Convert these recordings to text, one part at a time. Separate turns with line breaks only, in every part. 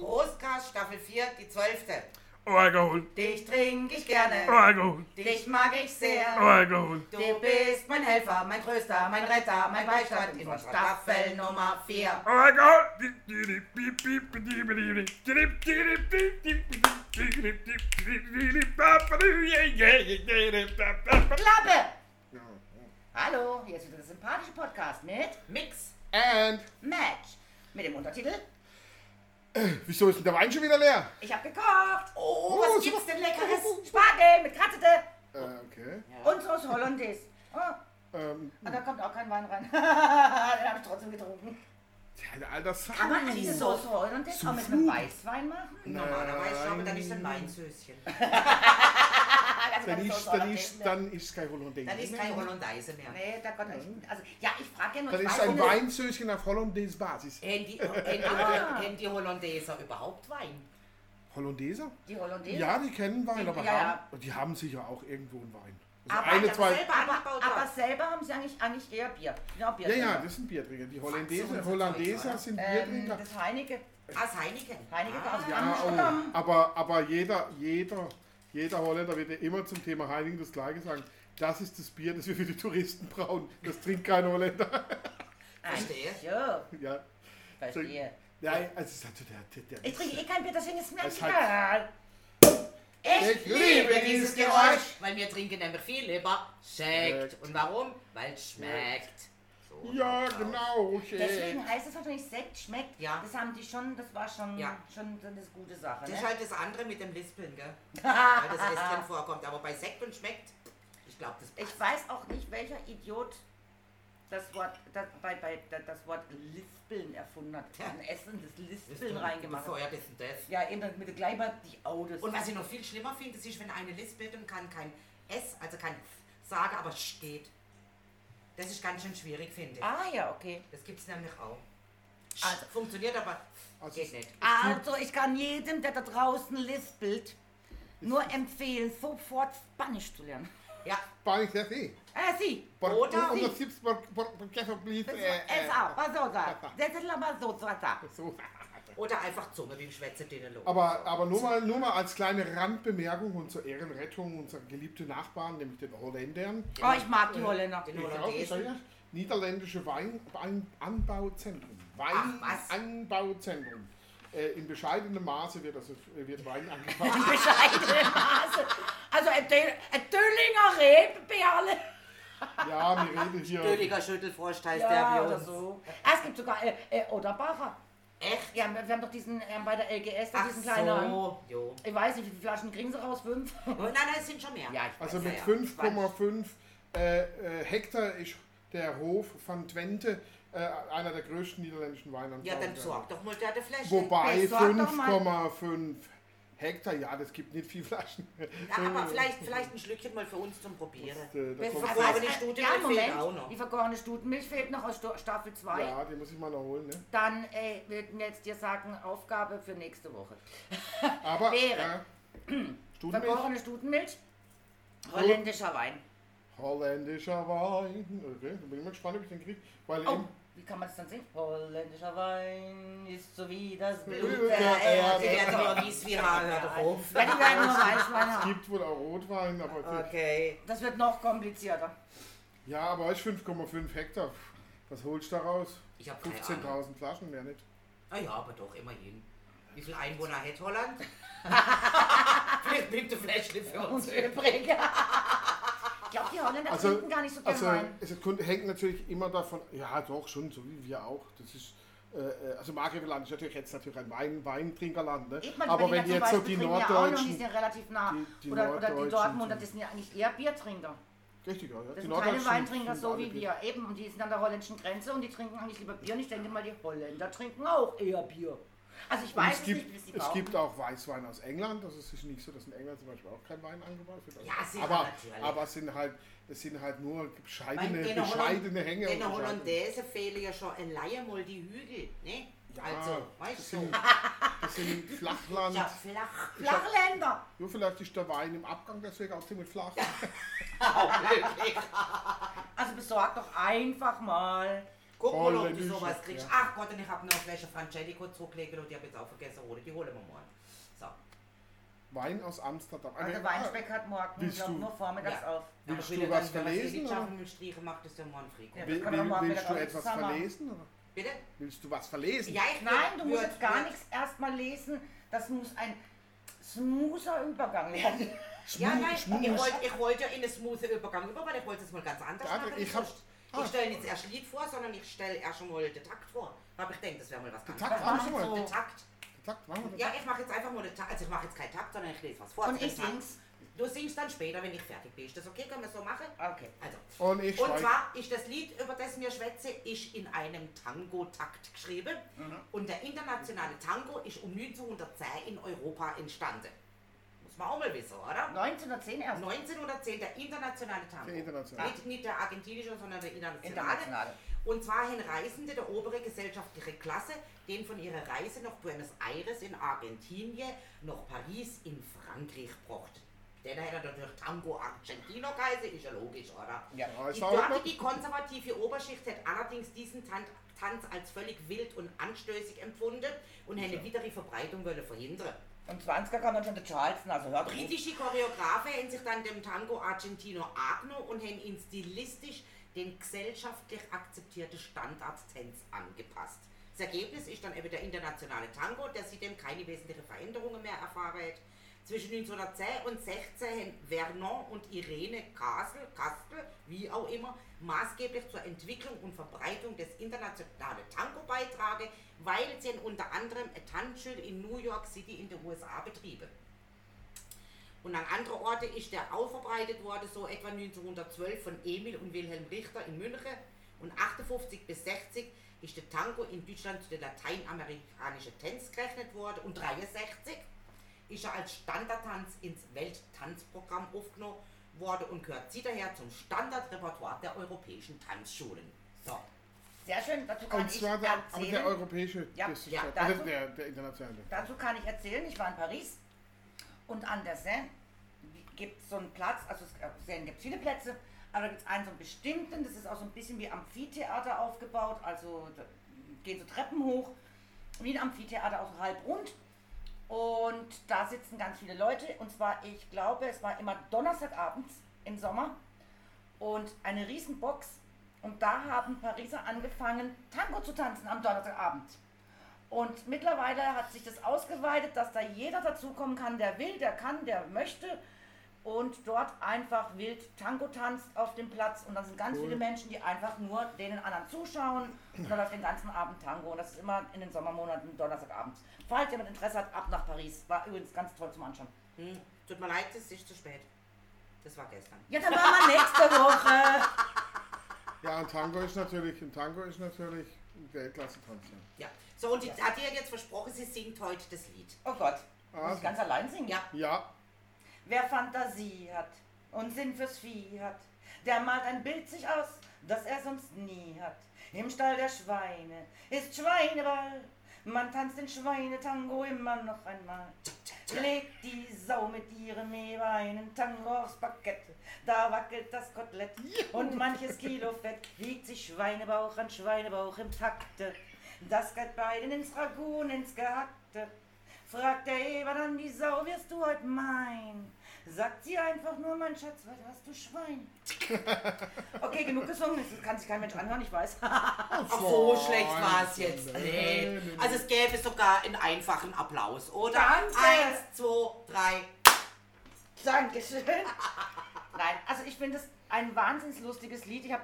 Podcast, Staffel 4, die 12.
Oh, Alkohol.
Dich trinke ich gerne,
Oh, Alkohol.
dich mag ich
Oh,
sehr.
Alkohol.
Du bist mein Helfer, mein Tröster, mein Retter, mein Beistand in Staffel Nummer 4.
Oh, Alkohol. Hallo,
Klappe! Hallo, hier ist wieder der sympathische Podcast mit Mix
And.
Match. Mit dem Untertitel
Wieso ist denn der Wein schon wieder leer?
Ich hab gekocht. Oh,
Oh,
was
super.
gibt's denn leckeres? Spargel mit Kratzete
Äh, okay.
und Sauce Hollandaise. Oh,
Ähm,
und da kommt auch kein Wein rein. Den hab ich trotzdem getrunken.
tja, der alter Sack.
Kann man diese Sauce Hollandaise auch mit einem Weißwein machen?
Normalerweise schauen wir da nicht ein Weinsöschen.
Also
Dann
keine
ist,
Sauce
dann ist,
Hollandaise mehr.
dann ist kein Hollandaise.
Dann ist
mehr.
kein Hollandaise mehr.
Nee, da kann ich. Also, ja, ich frage ja nur.
Dann
ich
ist
weiß
ein
nicht.
Weinsöschen auf Hollandaise Basis.
Kennen die, kennen die, kennen die Hollandaise überhaupt Wein?
Hollandaise?
Die Hollandaise.
Ja, die kennen Wein,
Die-
aber
ja, ja.
Haben, die haben sicher auch irgendwo einen Wein. Also
Aber
eine,
ich hab
zwei.
selber
Aber,
angebaut,
aber
ja.
selber haben sie eigentlich, eigentlich eher Bier. Ja, Bier
Ja, ja, das sind Biertrinker. Die
Faxe und
Hollandaise,
so Zeug,
Hollandaise
oder?
sind
ähm,
Biertrinker.
das Heineke.
Aus Heineken.
Heineke
Ah.
ah,
Ja, oh, aber, aber jeder, jeder, jeder Holländer wird ja immer zum Thema Heineken das Gleiche sagen. Das ist das Bier, das wir für die Touristen brauen. Das trinkt kein Holländer.
Verstehe.
Ja,
Ja,
verstehe.
ja also es ist also der, der, der
Ich trinke eh kein Bier, deswegen ist es mir
Es
egal.
Ich
Ich
liebe
liebe
dieses
dieses
Geräusch, weil wir trinken nämlich viel lieber Sekt.
Schmeckt.
Und warum? Weil es schmeckt. So
Ja,
schaut's aus.
genau.
Deswegen
Okay.
heißt es wahrscheinlich Sekt schmeckt.
Ja.
Das haben die schon, das war schon,
Ja.
schon so eine gute Sache.
Das
Ne?
ist halt das andere mit dem Lispeln, gell? Weil das S drin vorkommt. Aber bei Sekt und schmeckt, ich glaube, das
Ich weiß auch nicht, welcher Idiot das Wort, das, bei, bei, das Wort Lispeln erfunden hat.
Tja.
Ein Essen, das Lispeln
Lispeln
reingemacht. hat.
Vorher das und das.
Ja, eben mit der Gleiber die Autos.
Und was ich noch viel schlimmer finde, ist, wenn eine Lispelt und kann kein S, also kein F sagen, aber steht. Das ist ganz schön schwierig, finde ich.
ah ja, okay.
Das gibt es nämlich auch.
Also-
Funktioniert aber
Also-
geht nicht.
Also, ich kann jedem, der da draußen lispelt, nur empfehlen, sofort Spanisch zu lernen.
Ja,
Spanisch sehr viel.
Ah, sí.
Oder-
Und das Tipps, por, por, por, por, please. äh, äh,
Esa, basota. Das ist la basota.
so.
oder einfach Zunge wie im Schwätzedinnen los.
Aber, aber nur, mal, nur mal als kleine Randbemerkung und zur Ehrenrettung unserer geliebten Nachbarn, nämlich den Holländern.
Oh, ich mag
äh,
die Holländer.
Den
Ich auch,
Hollandaisen.
ich sag ja, Niederländische Wein, Wein Anbauzentrum.
Ach, was?
Weinanbauzentrum. Äh, in bescheidenem Maße wird, also, wird Wein angebaut.
Bescheidene Maße. Also, ein Dö- ein Döllinger Rebbeerle.
ja, wir reden hier.
Dödiger Schüttelfrosch heißt der
Ja,
bei
oder
uns.
so. Ah, es gibt sogar äh, äh, Oderbacher.
Echt?
Ja, wir wir haben doch diesen, äh, bei der LGS, da
Ach
diesen kleinen.
so. Jo.
Ich weiß nicht, wie viele Flaschen kriegen sie raus? Fünf?
Oh, nein, nein, es sind schon mehr.
Ja, ich
Also mit
ja,
5,5 äh, äh, Hektar ist der Hof von Twente äh, einer der größten niederländischen Weinanbauer.
Ja, dann sorg doch mal der eine Flasche.
Wobei
Besorg doch mal.
5,5 Hektar, ja, das gibt nicht viel Flaschen.
Ja, aber vielleicht, vielleicht ein Schlückchen mal für uns zum Probieren.
Das, äh, da
Wenn-
kommt-
also, aber die
äh,
Stute
ja,
fehlt
Moment,
auch noch.
Die vergorene Stutenmilch fehlt noch aus Sto- Staffel 2.
Ja, die muss ich mal noch holen. Ne?
Dann äh, würden wir jetzt dir sagen, Aufgabe für nächste Woche.
Aber
Wäre.
äh, Studenmilch,
Vergorene Stutenmilch, holländischer Wein.
holländischer Wein. Okay, da bin ich mal gespannt, ob ich den kriege. Weil
Oh,
eben-
wie kann man das dann singen? Holländischer Wein ist so wie das Blut
Blut
der
der
Erde.
Erde.
Die werden aber wie es wie hört doch auf.
Ja, die werden nur Weißwein haben.
gibt wohl auch Rotwein, aber
Okay.
Das wird noch komplizierter.
ja, aber weißt du, 5,5 Hektar. pff, Was holst du da raus?
Ich hab keine
15.000 Flaschen, mehr nicht.
Ah ja, aber doch, immerhin. Wie viele Einwohner hat Holland? Vielleicht bringt eine Fläschchen für uns.
Unsere Präge. Ich glaube, die Holländer
Also,
trinken gar nicht so gern
also
Wein.
es kon- hängt natürlich immer davon, ja doch, schon, so wie wir auch. Das ist, äh, äh, also Maghreb-Land ist natürlich jetzt natürlich ein Wein, Weintrinkerland, ne?
also, Ich meine,
aber wenn
Berliner zum
jetzt so
Beispiel
die
trinken ja auch noch, die
Norddeutschen,
sind ja relativ nah.
die- die
oder, oder die
Norddeutschen
Dortmunder,
sind-
das sind ja eigentlich eher Biertrinker.
richtig, ja, ja,
Das
die
sind keine
Norddeutschen
Weintrinker,
sind
so
alle
wie wir. Eben, und die sind an der holländischen Grenze und die trinken eigentlich lieber Bier. Und ich denke mal, die Holländer trinken auch eher Bier. Also ich
Und
weiß
es
es
gibt,
nicht, wie sie
es
brauchen.
gibt auch Weißwein aus England. Das ist nicht so, dass in England zum Beispiel auch kein Wein angebaut wird.
Ja, sicher,
aber,
natürlich.
aber es sind halt, es sind halt nur
Mein,
bescheidene,
den
bescheidene
Holland-
Hänge.
Den
und bescheidene-
Hollandaise fehlen ja schon allein mal die Hügel, ne?
Ja,
also,
Ah, das
weißt du,
sind, das sind Flachland.
ja flach.
Flachländer!
Ja, vielleicht ist der Wein im Abgang deswegen auch ziemlich flach.
Also besorgt doch einfach mal
Guck mal, ob du
Holländisches,
sowas kriegst.
ja.
Ach Gott, und ich habe noch eine Flasche Francelico zurückgelegt und die habe jetzt auch vergessen, oder die holen wir morgen. So.
Wein aus Amsterdam. Ah,
Also
Aber-
Weinspeck hat morgen,
Willst
ich glaube,
du-
nur vormittags
Ja.
auf.
Aber
Willst
wenn
du
ihr
was
wenn ihr es
verlesen,
nicht
oder?
schaffen mit Strichen macht, ist der morgen Frigo.
Ja.
Will,
kann man
will,
machen,
willst du
wenn das
etwas
zusammen-
verlesen? Oder?
Bitte?
Willst du was verlesen?
Ja, ich
Nein, du musst
würd-
jetzt gar
würd-
nichts erstmal lesen. Das muss ein smoother Übergang werden.
Ja, nein,
Schmuck.
ich wollte ich wollt ja in den smoothen Übergang über, weil ich wollte es mal ganz anders
Ja, aber
machen.
ich
wie
hab-
sonst.
Ah.
ich stelle nicht erst Lied vor, sondern ich stelle erst mal den Takt vor. Aber ich denke, das wäre mal was ganz
Takt,
anderes.
machen wir.
also-
Den Takt.
Kontakt, machen wir das.
Ja, ich mache jetzt einfach mal den Takt. Also ich mache jetzt keinen Takt, sondern ich lese was vor.
Und
Also
ich
den Takt.
sing's?
Du singst dann später, wenn ich fertig bin. Ist das okay? Können wir es so machen?
Okay.
Also.
Und ich
Und
schweig.
zwar ist das Lied, über das wir schwätze, ist in einem Tango-Takt geschrieben.
Mhm.
Und der internationale Tango ist um 1910 in Europa entstanden. Muss man auch mal wissen, oder?
1910 erst.
1910 der internationale Tango.
Der internationale.
Nicht, nicht der argentinische, sondern der internationale.
Internationale.
Und zwar hin Reisende der oberen gesellschaftlichen Klasse, den von ihrer Reise nach Buenos Aires in Argentinien, nach Paris in Frankreich brachten. Denn da hätte er natürlich Tango Argentino geheißen, ist ja logisch, oder?
Ja.
Ja, ist
Die
auch immer-
dortige konservative Oberschicht hat allerdings diesen Tan Tanz als völlig wild und anstößig empfunden und eine weitere Verbreitung wollte verhindern.
Und 20er kann man schon den Charleston, also hört auf.
Britische Choreografen haben sich dann dem Tango Argentino Agno und haben ihn stilistisch den gesellschaftlich akzeptierten Standardtanz angepasst. Das Ergebnis ist dann eben der internationale Tango, der seitdem keine wesentlichen Veränderungen mehr erfahren hat. Zwischen 1910 und 16 haben Vernon und Irene Kastel, Kastel, wie auch immer, maßgeblich zur Entwicklung und Verbreitung des internationalen Tango beitragen, weil sie haben unter anderem eine Tanzschule in New York City in den USA betrieben. Und an anderen Orten ist der auch verbreitet worden, so etwa 1912 von Emil und Wilhelm Richter in München. Und 58 bis 60 ist der Tango in Deutschland zu der lateinamerikanischen Tanz gerechnet worden. Und 63 ist er als Standardtanz ins Welttanzprogramm aufgenommen worden und gehört sie daher zum Standardrepertoire der europäischen Tanzschulen. So,
Sehr schön, dazu kann
Und
ich
zwar der, aber der
erzählen.
europäische.
Ja,
das ist
ja,
der, also
dazu-
der, der internationale.
Dazu kann ich erzählen, ich war in Paris und an der Seine gibt es so einen Platz, also es äh, Seine gibt viele Plätze, aber da gibt es einen so einen bestimmten, das ist auch so ein bisschen wie Amphitheater aufgebaut, also da gehen so Treppen hoch, wie ein Amphitheater, auch so halbrund. Und da sitzen ganz viele Leute. Und zwar, ich glaube, es war immer Donnerstagabends im Sommer. Und eine Riesenbox. Und da haben Pariser angefangen, Tango zu tanzen am Donnerstagabend. Und mittlerweile hat sich das ausgeweitet, dass da jeder dazukommen kann, der will, der kann, der möchte. Und dort einfach wild Tango tanzt auf dem Platz. Und dann sind ganz
Cool.
viele Menschen, die einfach nur denen anderen zuschauen. Und dann läuft den ganzen Abend Tango. Und das ist immer in den Sommermonaten Donnerstagabends. Falls jemand Interesse hat, ab nach Paris. War übrigens ganz toll zum Anschauen.
hm, tut mir leid, es ist zu spät. Das war gestern.
Ja, dann machen wir nächste Woche.
Ja, ein Tango ist natürlich, ein Tango ist natürlich ein Weltklasse-Tanz. ja.
Ja. So, und die, hat die hat jetzt versprochen, sie singt heute das Lied.
Oh Gott, muss
Also.
ich ganz allein singen?
Ja.
Ja,
Wer Fantasie hat und Sinn fürs Vieh hat, der malt ein Bild sich aus, das er sonst nie hat. Im Stall der Schweine ist Schweineball. Man tanzt den Schweinetango immer noch einmal. Legt die Sau mit ihren Mähbeinen Tango aufs Parkett. Da wackelt das Kotelett und manches Kilo Fett wiegt sich Schweinebauch an Schweinebauch im Takte. Das geht beiden ins Ragout und ins Gehackte. Fragt der Eber dann die Sau, wirst du heute mein? Sagt sie einfach nur, mein Schatz, was hast du Schwein? Okay, genug gesungen, das kann sich kein Mensch anhören, ich weiß.
Ach, so
Oh,
Nein,
schlecht war es jetzt
nein,
nicht.
nein,
Also es gäbe sogar einen einfachen Applaus, oder?
Danke.
Eins, zwei, drei.
Dankeschön. Nein, also ich finde es ein wahnsinnig lustiges Lied. Ich habe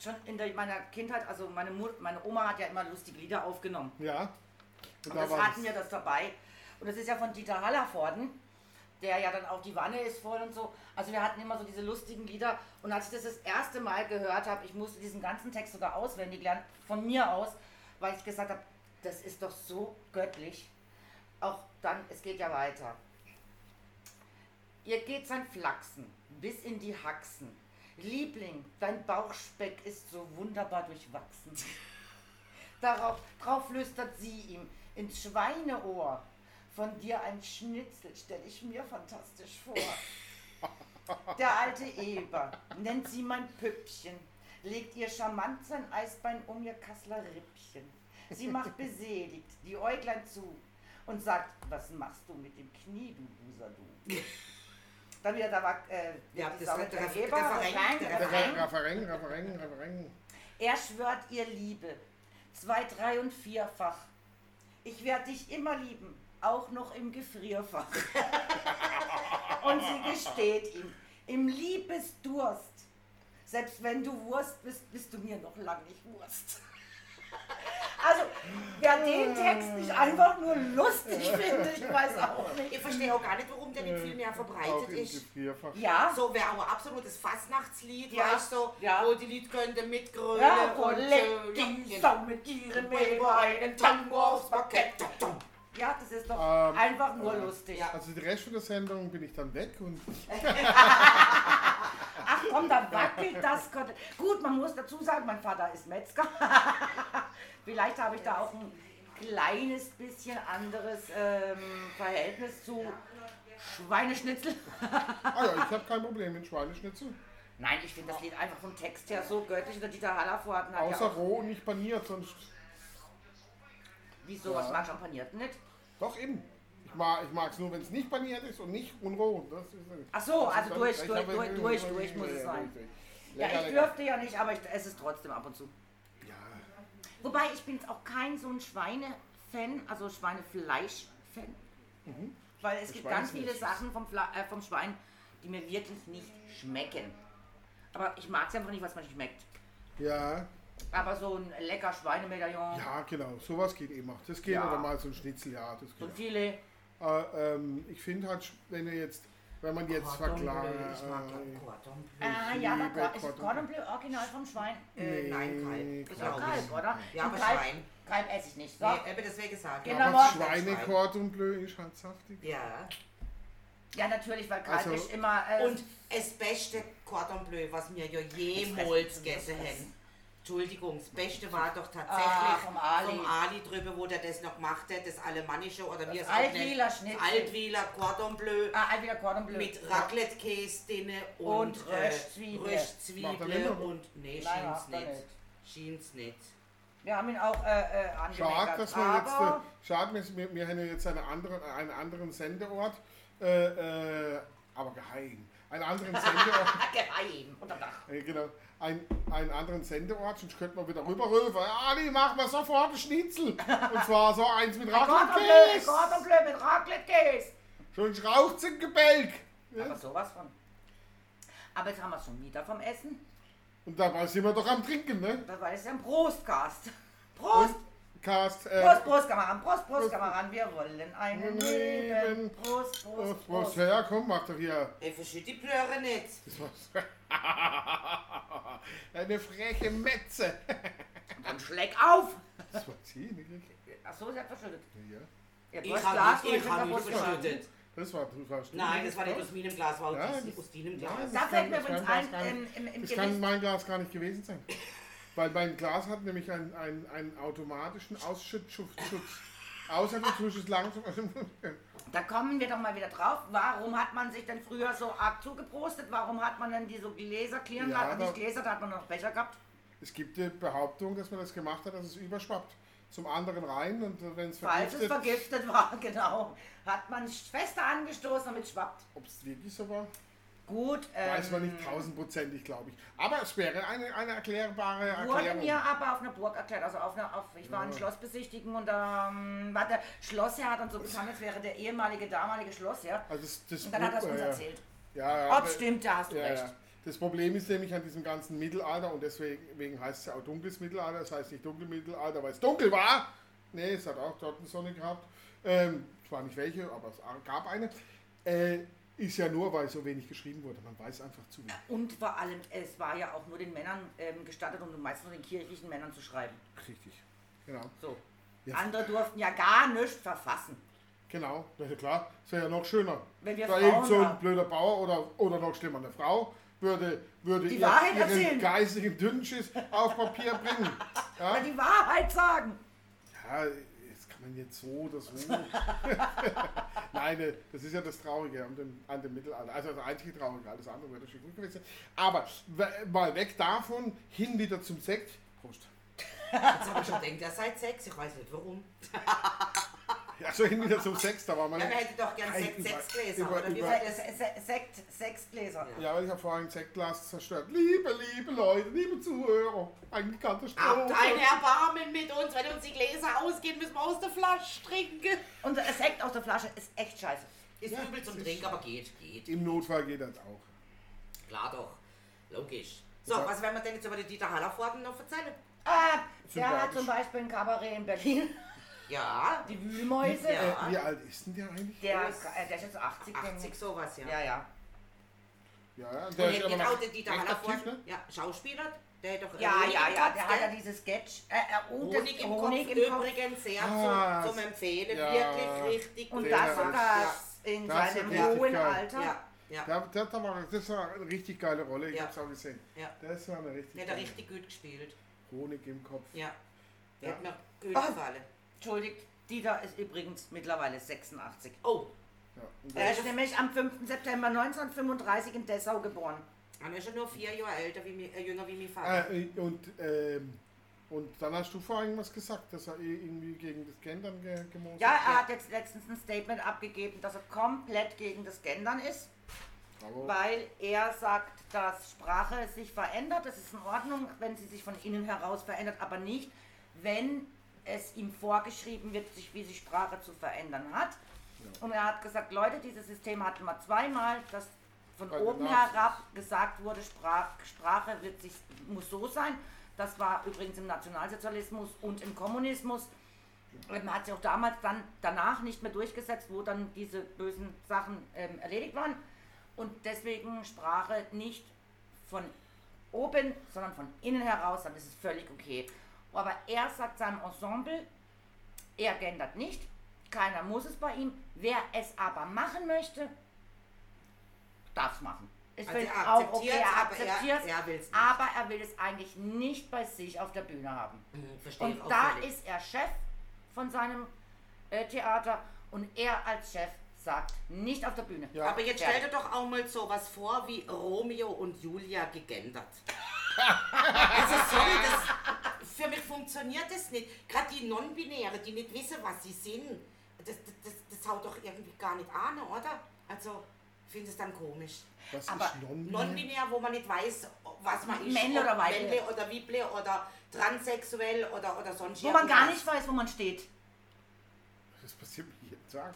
schon in der, meiner Kindheit, also meine, Mu meine Oma hat ja immer lustige Lieder aufgenommen.
Ja. Und
Und
da
das
war
hatten
es.
wir das dabei. Und das ist ja von Dieter Hallervorden, der ja dann auch die Wanne ist voll und so. Also wir hatten immer so diese lustigen Lieder. Und als ich das das erste Mal gehört habe, ich musste diesen ganzen Text sogar auswendig lernen, von mir aus, weil ich gesagt habe, das ist doch so göttlich. Auch dann, es geht ja weiter. Ihr geht sein Flachsen bis in die Haxen. Liebling, dein Bauchspeck ist so wunderbar durchwachsen. Darauf drauf flüstert sie ihm ins Schweineohr. Von dir ein Schnitzel stelle ich mir fantastisch vor. Der alte Eber nennt sie mein Püppchen. legt ihr charmant sein Eisbein um ihr Kasseler Rippchen. Sie macht beseligt die Äuglein zu und sagt, was machst du mit dem Knie, du Loser, du? Dann wieder, da war äh,
Ja,
die
das
Sau
war
mit
der
der
Ref-
Geber,
der Verein,
Refrain,
der
Refrain.
Raffareng, Raffareng, Raffareng, Raffareng.
Er schwört ihr Liebe. Zwei, drei und vierfach. Ich werde dich immer lieben, auch noch im Gefrierfach. und sie gesteht ihm, im Liebesdurst. Selbst wenn du Wurst bist, bist du mir noch lang nicht Wurst. Also, wer den Text nicht einfach nur lustig findet, ich weiß auch nicht.
Ich verstehe auch gar nicht, warum der nicht viel mehr
Auch
verbreitet
im
ist.
Gefrierfach.
Ja,
So wäre auch ein absolutes Fastnachtslied,
Ja.
weißt du,
Ja.
wo die Lied könnten mitgrölen
ja, wo
und äh,
leckt die Sau mit ihrem Mehl einen Tango aufs Parkett. Ja, das ist doch
Ähm,
einfach nur lustig.
Also den Rest von der Sendung bin ich dann weg und
Ach komm, da wackelt das. Gott. Gut, man muss dazu sagen, mein Vater ist Metzger. Vielleicht habe ich da auch ein kleines bisschen anderes ähm, Verhältnis zu Schweineschnitzel.
ah ja, ich habe kein Problem mit Schweineschnitzel.
Nein, ich finde das Lied einfach vom Text her so göttlich. Und der Dieter Hallervorden hat ja
Außer
auch,
roh und nicht paniert, sonst.
wieso, was mag champagniert nicht?
Doch eben. Ich mag es nur, wenn es nicht paniert ist und nicht unroh. Das ist,
Ach so,
das
also
dann-
durch,
ich
durch,
habe-
durch, durch, durch muss es
Ja,
sein.
durch, durch.
Ja,
Lecker,
ich
lecker.
dürfte ja nicht, aber ich esse es trotzdem ab und zu. Wobei, ich bin jetzt auch kein so ein Schweine-Fan, also Schweinefleisch-Fan.
Mhm.
Weil es gibt
Schwein
ganz
ist
viele
nichts.
Sachen vom, Fla äh, vom Schwein, die mir wirklich nicht schmecken. Aber ich mag es einfach nicht, was man nicht schmeckt.
Ja,
Aber so ein lecker Schweinemedaillon,
ja, genau. Sowas geht eben auch. Das geht
Ja.
oder mal so ein Schnitzel, ja, das
so ein
geht.
Filet.
auch. Äh, ähm, ich finde halt, wenn ihr jetzt, wenn man jetzt verklagt. äh,
Ich mag ja Cordon Bleu.
Ah, ja, aber
liebe
Cor- ist das
Cordon
Cordon Bleu original vom Schwein?
Äh, nein, Kalb.
Nee,
Ist doch
glaub ich.
Kalb, oder?
Ja,
Und
aber
Kalb,
Schwein.
Kalb esse ich nicht. So.
Nee, äh, eben deswegen gesagt.
Genau.
Ja.
aber
aber-
Schweinekordon bleu ist halt saftig.
ja.
Ja, natürlich, weil Kalb
Also-
ist immer... Äh,
Und das beste Cordon Bleu, was wir ja jemals gegessen haben. Entschuldigung, das Beste war doch tatsächlich
Mhm. Ah, vom Ali.
vom Ali drüber, wo der das noch gemacht hat, das Alemannische oder wie es auch
Altwieler
nennt.
Schnitzel.
Altwieler Cordon Bleu
ah, ein wieder Cordon Bleu.
mit Raclette-Käse drinne und, äh,
Und Röstzwiebel.
Macht er
Röstzwiebel
immer noch?
und nee,
Nein,
schien's
macht er
nicht.
nicht.
Schien's nicht.
Wir haben ihn auch äh, äh,
Schade,
angemeckert.
dass wir
aber
jetzt, äh, schade, dass wir, wir haben ja jetzt einen anderen, einen anderen Sendeort, äh, äh, aber geheim. Einen anderen Sendeort,
geheim unter Dach.
äh, genau, ein, einen anderen Sendeort, sonst könnten wir wieder rüberrufen. Ali, mach mal sofort einen Schnitzel. Und zwar so eins mit
Gordon Bleu,
Raclette-Käse.
Gordon Bleu mit Raclette-Käse.
Schon raucht's im Gebälk.
Aber sowas von. Aber jetzt haben wir schon wieder vom Essen.
Und dabei sind wir doch am Trinken, ne?
Das war jetzt ein Prostcast. Prost!
Cast, äh,
Prost, Prost, Kameraden, Prost, Prost, Kameraden. Wir wollen einen Leben.
Leben.
Prost, Prost,
Prost, Prost,
Prost.
her, komm, mach doch hier.
Ich verschütt die Plöre nicht.
Eine freche Metze.
Dann schläg auf.
Das eh war ziemlich.
Achso, sie hat verschüttet.
Ja.
Ja, du
Ich
hast
habe
Glas
nicht, ich
und
hab
du
nicht
hast Prost
verschüttet.
Das war, das war stimmt.
Nein, das war nicht aus meinem Glas, war
Ja,
aus diesem-
das-
aus deinem
Ja,
Glas.
das
Da fällt
kann-
mir
das
übrigens
kann-
ein,
das kann-
im, im, im
Das kann
Gericht.
mein Glas gar nicht gewesen sein. Weil mein Glas hat nämlich einen, einen, einen automatischen Ausschüttschutz. Außer du tust es langsam.
Da kommen wir doch mal wieder drauf. Warum hat man sich denn früher so arg zugeprostet? Warum hat man denn die so Gläser klirren
Ja,
lassen?
aber-
Nicht Gläser, da hat man noch Becher gehabt.
Es gibt die Behauptung, dass man das gemacht hat, dass es überschwappt. Zum anderen rein und wenn es
Falls es
vergiftet,
vergiftet war, genau. Hat man fester angestoßen, damit es schwappt.
ob es wirklich so war,
Gut,
weiß man
ähm,
nicht tausendprozentig, glaube ich. Aber es wäre eine, eine erklärbare
wurde
Erklärung.
mir aber auf einer Burg erklärt. Also auf einer, auf, ich war ein Schloss besichtigen und ähm, war der Schlossherr hat dann so getan, als wäre der ehemalige, damalige Schlossherr.
Also das, das
Und dann hat er es uns
ja.
erzählt.
Ja, ja,
Ob
aber-
es stimmt, da hast du
Ja,
recht.
ja. Das Problem ist nämlich an diesem ganzen Mittelalter und deswegen wegen heißt es ja auch dunkles Mittelalter, das heißt nicht Dunkelmittelalter, weil es dunkel war. Nee, es hat auch dort eine Sonne gehabt. Ähm, zwar nicht welche, aber es gab eine. Äh, ist ja nur, weil so wenig geschrieben wurde. Man weiß einfach zu wenig.
Und vor allem, es war ja auch nur den Männern ähm, gestattet und meistens nur den kirchlichen Männern zu schreiben.
Richtig. Genau.
So.
Ja.
Andere durften ja gar nichts verfassen.
Genau. Na ja, klar, das wäre ja noch schöner.
Wenn wir
da
Frauen
irgend so ein
haben.
blöder Bauer oder, oder noch schlimmer eine Frau würde, würde
Die
ihr-
Wahrheit
ihren
erzählen.
geistigen Dünnschiss auf Papier bringen. Ja?
Die Wahrheit sagen.
Ja, das kann man jetzt so oder so. Nein, eine, das ist ja das Traurige an dem, an dem Mittelalter, also das einzige Traurige, alles andere wäre schon gut gewesen. Aber w- mal weg davon, hin wieder zum Sekt. Prost.
Jetzt habe ich schon gedacht, ihr seid Sex, ich weiß nicht warum.
Also hin wieder zum Sekt, da war man.
Ja, wir hätten doch gern Sekt,
Über-
sechs Gläser,
über-
oder wie
über-
seid
Se- se- Sekt, sechs Gläser.
Ja, weil ich habe vorhin ein Sektglas zerstört. Liebe, liebe Leute, liebe Zuhörer, eine Katastrophe.
Habt ein Erbarmen mit uns, wenn uns die Gläser ausgehen, müssen wir aus der Flasche trinken.
Und der Sekt aus der Flasche ist echt scheiße.
Ist
Ja,
übel zum
ist-
Trinken, aber geht, geht.
Im Notfall geht das auch.
Klar doch, logisch. So,
Ja.
was werden wir denn jetzt über den Dieter Hallervorden noch erzählen?
Ah, der
Sympathisch.
hat zum Beispiel ein Kabarett in Berlin,
Ja,
die Wühlmäuse.
Ja.
Äh, wie alt ist denn der eigentlich?
Der, ist- äh, der ist jetzt 80, denke
80
ich.
sowas, ja.
Ja, ja.
Ja, ja, der
Und
ist
jetzt
aber
geht auch
noch
der genau Dieter
recht
Hallervorden,
aktiv, ne?
ja, Schauspieler, der hat doch
Ja,
Honig
ja,
im
ja,
Kopf,
der hat ja
gell?
dieses Sketch. Äh, äh, und das
Honig im Kopf, übrigens sehr
Ah,
zum, zum Empfehlen,
ja.
wirklich richtig
Und
gut.
Der
das
ist-
sogar in
das ist
seinem
richtig
hohen
geil.
Alter.
Ja, ja.
Der, der, der war, das war eine richtig geile Rolle, ich
Ja.
hab's auch gesehen.
Ja.
Das war eine richtig,
Der hat da
geile-
richtig gut gespielt.
Honig im Kopf.
Ja. Der
Ja.
hat mir gut
Ah.
gefallen.
Entschuldigt, Dieter ist übrigens mittlerweile 86.
Oh,
Ja. Und
Er
der-
ist nämlich am 5. September 1935 in Dessau geboren.
dann ist er nur vier Jahre älter wie mi, äh, jünger wie mein Vater.
Äh, äh, und, ähm, und dann hast du vorhin was gesagt, dass er eh irgendwie gegen das Gendern ge gemosert
Ja, er hat jetzt letztens ein Statement abgegeben, dass er komplett gegen das Gendern ist,
Bravo.
weil er sagt, dass Sprache sich verändert. Es ist in Ordnung, wenn sie sich von innen heraus verändert, aber nicht, wenn es ihm vorgeschrieben wird, sich, wie sich Sprache zu verändern hat. Und er hat gesagt, Leute, dieses System hatten wir zweimal, dass von
Bei den
oben
Nazis.
herab gesagt wurde, Sprach, Sprache wird sich, muss so sein. Das war übrigens im Nationalsozialismus und im Kommunismus. Man hat sich auch damals dann danach nicht mehr durchgesetzt, wo dann diese bösen Sachen ähm, erledigt waren. Und deswegen Sprache nicht von oben, sondern von innen heraus, dann ist es völlig okay. Aber er sagt seinem Ensemble, er gendert nicht, keiner muss es bei ihm. Wer es aber machen möchte, darf es machen. Es
Also
ist
er
auch
akzeptiert's,
okay, er
aber er-
akzeptiert
er will's nicht.
aber er will es eigentlich nicht bei sich auf der Bühne haben.
Mhm, Verstehe ich
Und
auch
da
völlig.
ist er Chef von seinem äh, Theater und er als Chef sagt, nicht auf der Bühne.
Ja.
Aber jetzt
Ja.
stell dir doch auch mal sowas vor wie Romeo und Julia gegendert. also sorry, das, für mich funktioniert das nicht. Gerade die Non-Binäre, die nicht wissen, was sie sind, das, das, das, das haut doch irgendwie gar nicht an, oder? Also, ich finde es dann komisch.
Was
aber
ist Non-Binär?
Non-binär, wo man nicht weiß, was man ist.
Männle
ob
oder Weible.
Männle oder Weible oder transsexuell oder, oder sonst
Wo man gar
irgendwas.
nicht weiß, wo man steht.
Das passiert mir jeden Tag.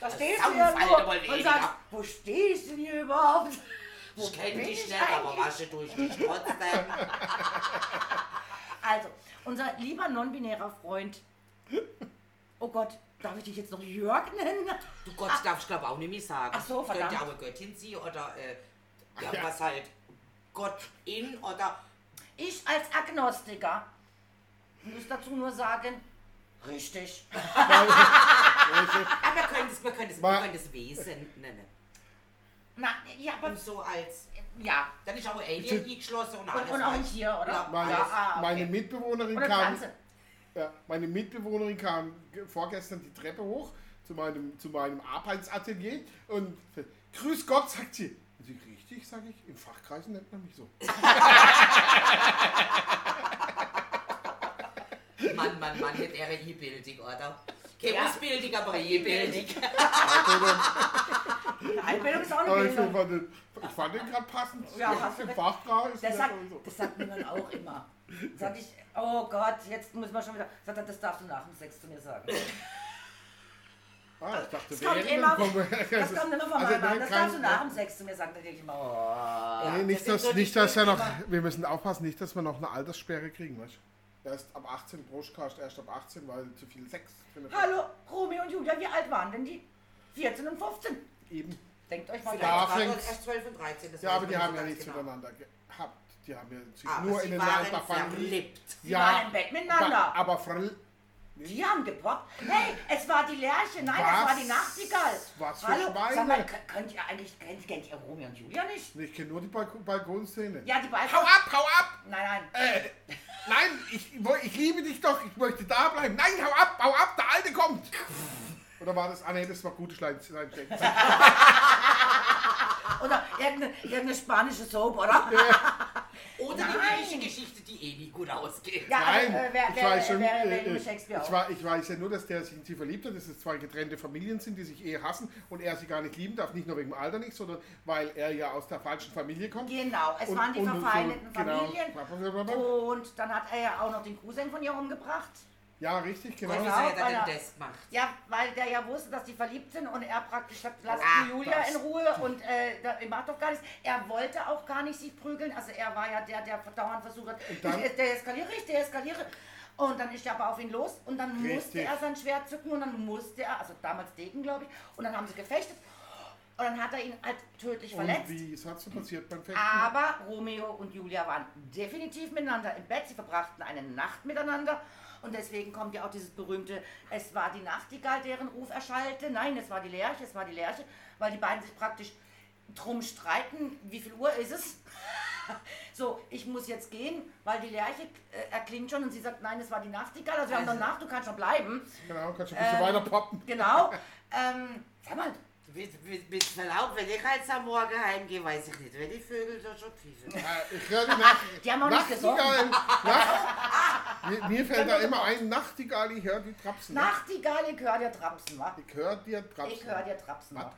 Da stehst
Sounds
du ja
alle
nur
wohl
und
weniger.
sagst, wo stehst du denn hier überhaupt?
Ich kenne
bin
dich
ich
nicht, aber wasche durch dich trotzdem.
Also, unser lieber non-binärer Freund. Oh Gott, darf ich dich jetzt noch Jörg nennen?
Du Gott darf ich glaube auch nicht mehr sagen.
Ach so, verdammt.
Könnte auch eine Göttin sein oder äh, ja,
ja.
was halt Gottin oder
Ich als Agnostiker muss dazu nur sagen, richtig.
aber Ah, wir können es, wir können es, wir
Ma-
können es Wesen nennen.
Na, ja, aber,
Und so als
ja.
dann ist auch ein Alien eingeschlossen und alles.
Und, und auch ein
halt.
Tier, oder?
Ja.
Meine,
Ja, ah, okay.
meine Mitbewohnerin
Oder
kam.
Pflanze.
Ja, meine Mitbewohnerin kam ge- vorgestern die Treppe hoch zu meinem, zu meinem Arbeitsatelier und f- Grüß Gott, sagt sie. Und sie, richtig, sage ich, in Fachkreisen nennt man mich so.
Mann, Mann, Mann, mit der E-Bildig, oder? Keine
Ja.
Ausbildung, aber E-Bildig.
Einbildung ist auch eine
Aber ich,
Bildung.
fand den, Also, ich fand den gerade passend.
Ja,
Ja,
hast du
Im
recht.
Fachkreis
Das
nennt
sagt,
man so.
das sagt mir dann auch immer. Sag ich, oh Gott, jetzt muss man schon wieder. Sagt er, das darfst du nach dem Sex zu mir sagen.
Ah, ich dachte,
Das kommt
während
immer,
kommen wir-
das kommt immer von
Also,
meinem Mann.
nein,
Das
kein-
darfst du nach dem Sex zu mir sagen. Da denke ich immer, oh.
Ja,
Nee, nicht,
sind
dass,
so die
nicht, dass er noch.
Stimmen.
Wir müssen aufpassen, nicht, dass wir noch eine Alterssperre kriegen, weißt du? Erst ab 18 Brustcast, erst ab 18, weil zu viel Sex. drin ist.
Hallo, Romeo und Julia, wie alt waren denn die? 14 und 15.
Eben.
Denkt euch mal
Vielleicht
Da
gleich.
war das
fängt's.
erst 12 und 13. das
Ja,
weiß
aber
ich
die
nicht so
haben ja
ganz
nichts
genau.
miteinander gehabt. Die haben ja sich
Aber
nur
sie
in den
waren
Leib
verliebt.
Sie waren im Bett miteinander.
Aber verl-
Die haben gepoppt. Hey, es war die Lerche. Nein, es
Was?
war die Nachtigall.
Was für
Sag mal,
Schweine.
k- könnt ihr eigentlich, kennt, kennt ihr Romeo und Julia nicht?
Nee, ich kenne nur die Balk Balkonszene.
Ja, die beiden.
Hau ab, hau ab!
Nein, nein.
Äh, nein, ich, wo- ich liebe dich doch, ich möchte da bleiben. Nein, hau ab, hau ab, der Alte kommt! Oder war das, ah nee, das war gute Schleichsteck.
äh, Oder irgendeine, irgendeine spanische Soap, oder?
Oder die
Nein.
griechische Geschichte, die eh nie gut ausgeht.
Ja,
Nein,
äh, wer,
ich, weiß schon,
wer,
äh, äh,
Shakespeare
ich,
auch.
war, ich weiß ja nur, dass der sich in sie verliebt hat, dass es zwei getrennte Familien sind, die sich eh hassen und er sie gar nicht lieben darf, nicht nur wegen dem Alter nicht, sondern weil er ja aus der falschen Familie kommt.
Genau, es
Und-
waren die
und- und so,
verfeindeten
genau.
Familien. Und dann hat er ja auch noch den Cousin von ihr umgebracht.
Ja, richtig, genau.
Und wieso
Genau,
hat er
Alter.
denn das gemacht?
Ja, weil der ja wusste, dass die verliebt sind und er praktisch sagt, lasst
Ah,
die Julia in
das-
Ruhe und äh, da- er macht doch gar nichts. Er wollte auch gar nicht sich prügeln, also er war ja der, der dauernd versucht hat, ich,
dann-
äh, der eskaliere ich, der eskaliere. Und dann ist er aber auf ihn los und dann musste
Richtig.
er sein Schwert zücken und dann musste er, also damals Degen, glaube ich, und dann haben sie gefechtet und dann hat er ihn halt tödlich
Und
verletzt. Ah,
wie ist das so passiert beim Fechten?
Aber Romeo und Julia waren definitiv miteinander im Bett. Sie verbrachten eine Nacht miteinander. Und deswegen kommt ja auch dieses berühmte, es war die Nachtigall, deren Ruf erschallte. Nein, es war die Lerche, es war die Lerche, weil die beiden sich praktisch drum streiten, wie viel Uhr ist es? so, ich muss jetzt gehen, weil die Lerche äh, erklingt schon und sie sagt, nein, es war die Nachtigall, also wir haben
Also-
noch Nacht, du kannst schon bleiben.
Genau, kannst du ein
ähm,
bisschen weiter poppen.
Genau. ähm, sag mal,
Mit, mit, mit Verlaub, wenn ich jetzt am Morgen heimgehe, weiß ich nicht, wenn die Vögel da schon pfeifen.
Äh, Ich höre die Nach
Die haben auch nicht gesungen.
Nachtigall. Nach mir, mir fällt da immer ein, Nachtigall, ich höre die Trapsen.
Nachtigall, ich höre dir Trapsen, wa?
Ich höre dir Trapsen.
Ich höre dir Trapsen, wa?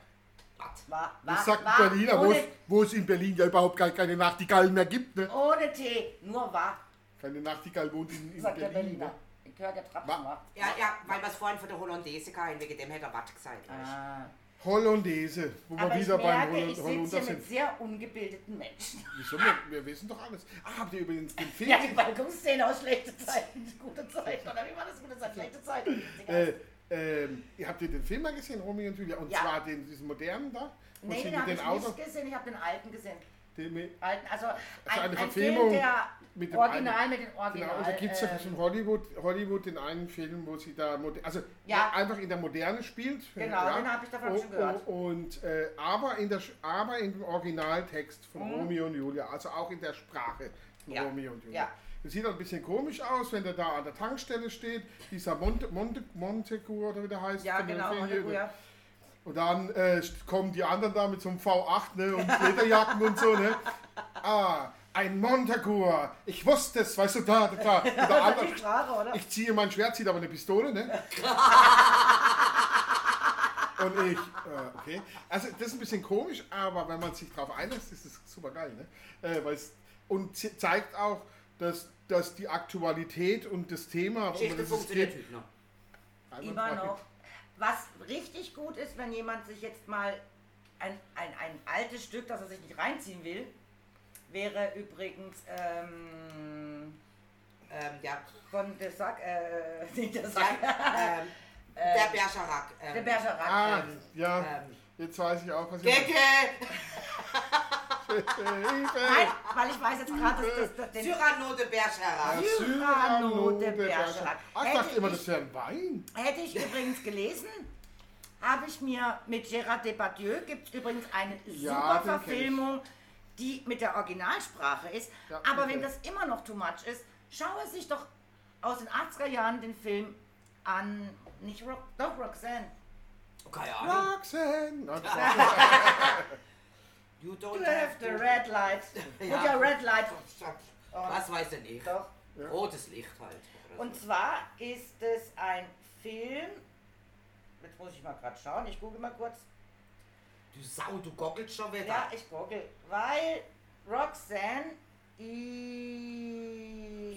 Was?
War, war,
Das sagt
war,
Berliner, wo es-
ohne,
wo es in Berlin ja überhaupt gar keine Nachtigallen mehr gibt. Ne?
ohne Tee, nur war,
Keine Nachtigall wohnt in, in
sagt der
Berlin.
Berliner.
Ne?
Ich höre der Trapsen
Wa-
war.
Ja, ja, weil wir es vorhin von der Hollandaise hatten, wegen dem hätte er was gesagt. weißt
Ah.
Hollandaise, wo
Aber
wir
ich
wieder beim
merke,
Holland
ich sitze
Holländer
hier
sind.
mit sehr ungebildeten Menschen.
Wieso? Wir, wir wissen doch alles. Ah, habt ihr übrigens den Film
Ja, die Balkonszene aus schlechte Zeiten, gute Zeiten. Oder wie war das? Gute Zeiten, schlechte Zeiten.
Äh, ähm, ihr habt ihr den Film mal gesehen, Romeo und Julia? Und
Ja.
zwar den, diesen modernen da? wo
nee,
sie
den
mit
habe
den
ich
Autos,
nicht gesehen, ich habe den alten gesehen.
den, mit-
Alten, also ein,
eine
ein Film,
Verfilmung
der
mit dem
original
alten.
mit den Original.
Genau, also gibt es ja
ähm,
schon Hollywood, Hollywood den einen Film, wo sie da, moder- also
Ja.
einfach in der Moderne spielt.
Genau, den hab ich davon schon gehört.
Und, äh, aber, in der, Sch- aber in dem Originaltext von Romeo und Julia, also auch in der Sprache von
Mhm. Ja.
Romeo und Julia.
Ja.
Das sieht auch ein bisschen komisch aus, wenn der da an der Tankstelle steht, dieser Monte, Monte, Montegur oder wie der heißt.
ja,
von der
genau.
Serie.
Monte Guia.
Und dann äh, kommen die anderen da mit so einem V8 ne, und Lederjacken und so. Ne. Ah, ein Montagur. Ich wusste es, weißt du, da, da, da. Und der andere,
Die Sprache, oder?
ich ziehe mein Schwert, zieht aber eine Pistole, ne? Und ich, äh, okay. Also das ist ein bisschen komisch, aber wenn man sich drauf einlässt, ist es super geil, ne? Äh, weil's- und ze- zeigt auch, dass, dass die Aktualität und das Thema...
du?
um
Geschichte
das es
funktioniert
geht-
heute noch.
Immer noch. Was richtig gut ist, wenn jemand sich jetzt mal ein, ein, ein altes Stück, das er sich nicht reinziehen will, wäre übrigens ähm,
Ähm, ja.
von der Sack, äh, nicht der
ja
Sack,
ähm, der Bergerac. Ähm,
der Bergerac.
Ah,
Ähm,
ja.
ähm,
Jetzt weiß ich auch, was ich...
Gecke!
Nein, weil ich weiß jetzt gerade, dass das, das den
Cyrano de Bergerac.
Cyrano de Bergerac.
Bergerac. Ah, ich
Hätte
dachte immer,
ich-
das wäre ein Wein.
hätte ich übrigens gelesen. Habe ich mir mit Gérard Depardieu, gibt es übrigens eine
Ja,
super
den kenn ich.
Verfilmung, die mit der Originalsprache ist.
Ja,
Aber
den
wem
kenn
das immer noch too much ist, schaue sich doch aus den 80er Jahren den Film an, nicht Rock, doch Roxanne.
Keine Ahnung.
Roxanne. Nein,
You
You
don't
have the red light.
Ja.
Und ja, red light.
Was weiß denn ich?
Doch.
Rotes Licht halt. Oder
Und
so.
zwar ist es ein Film, jetzt muss ich mal gerade schauen, ich google mal kurz.
Du Sau, du gockelst schon wieder.
Ja, ich google, weil Roxanne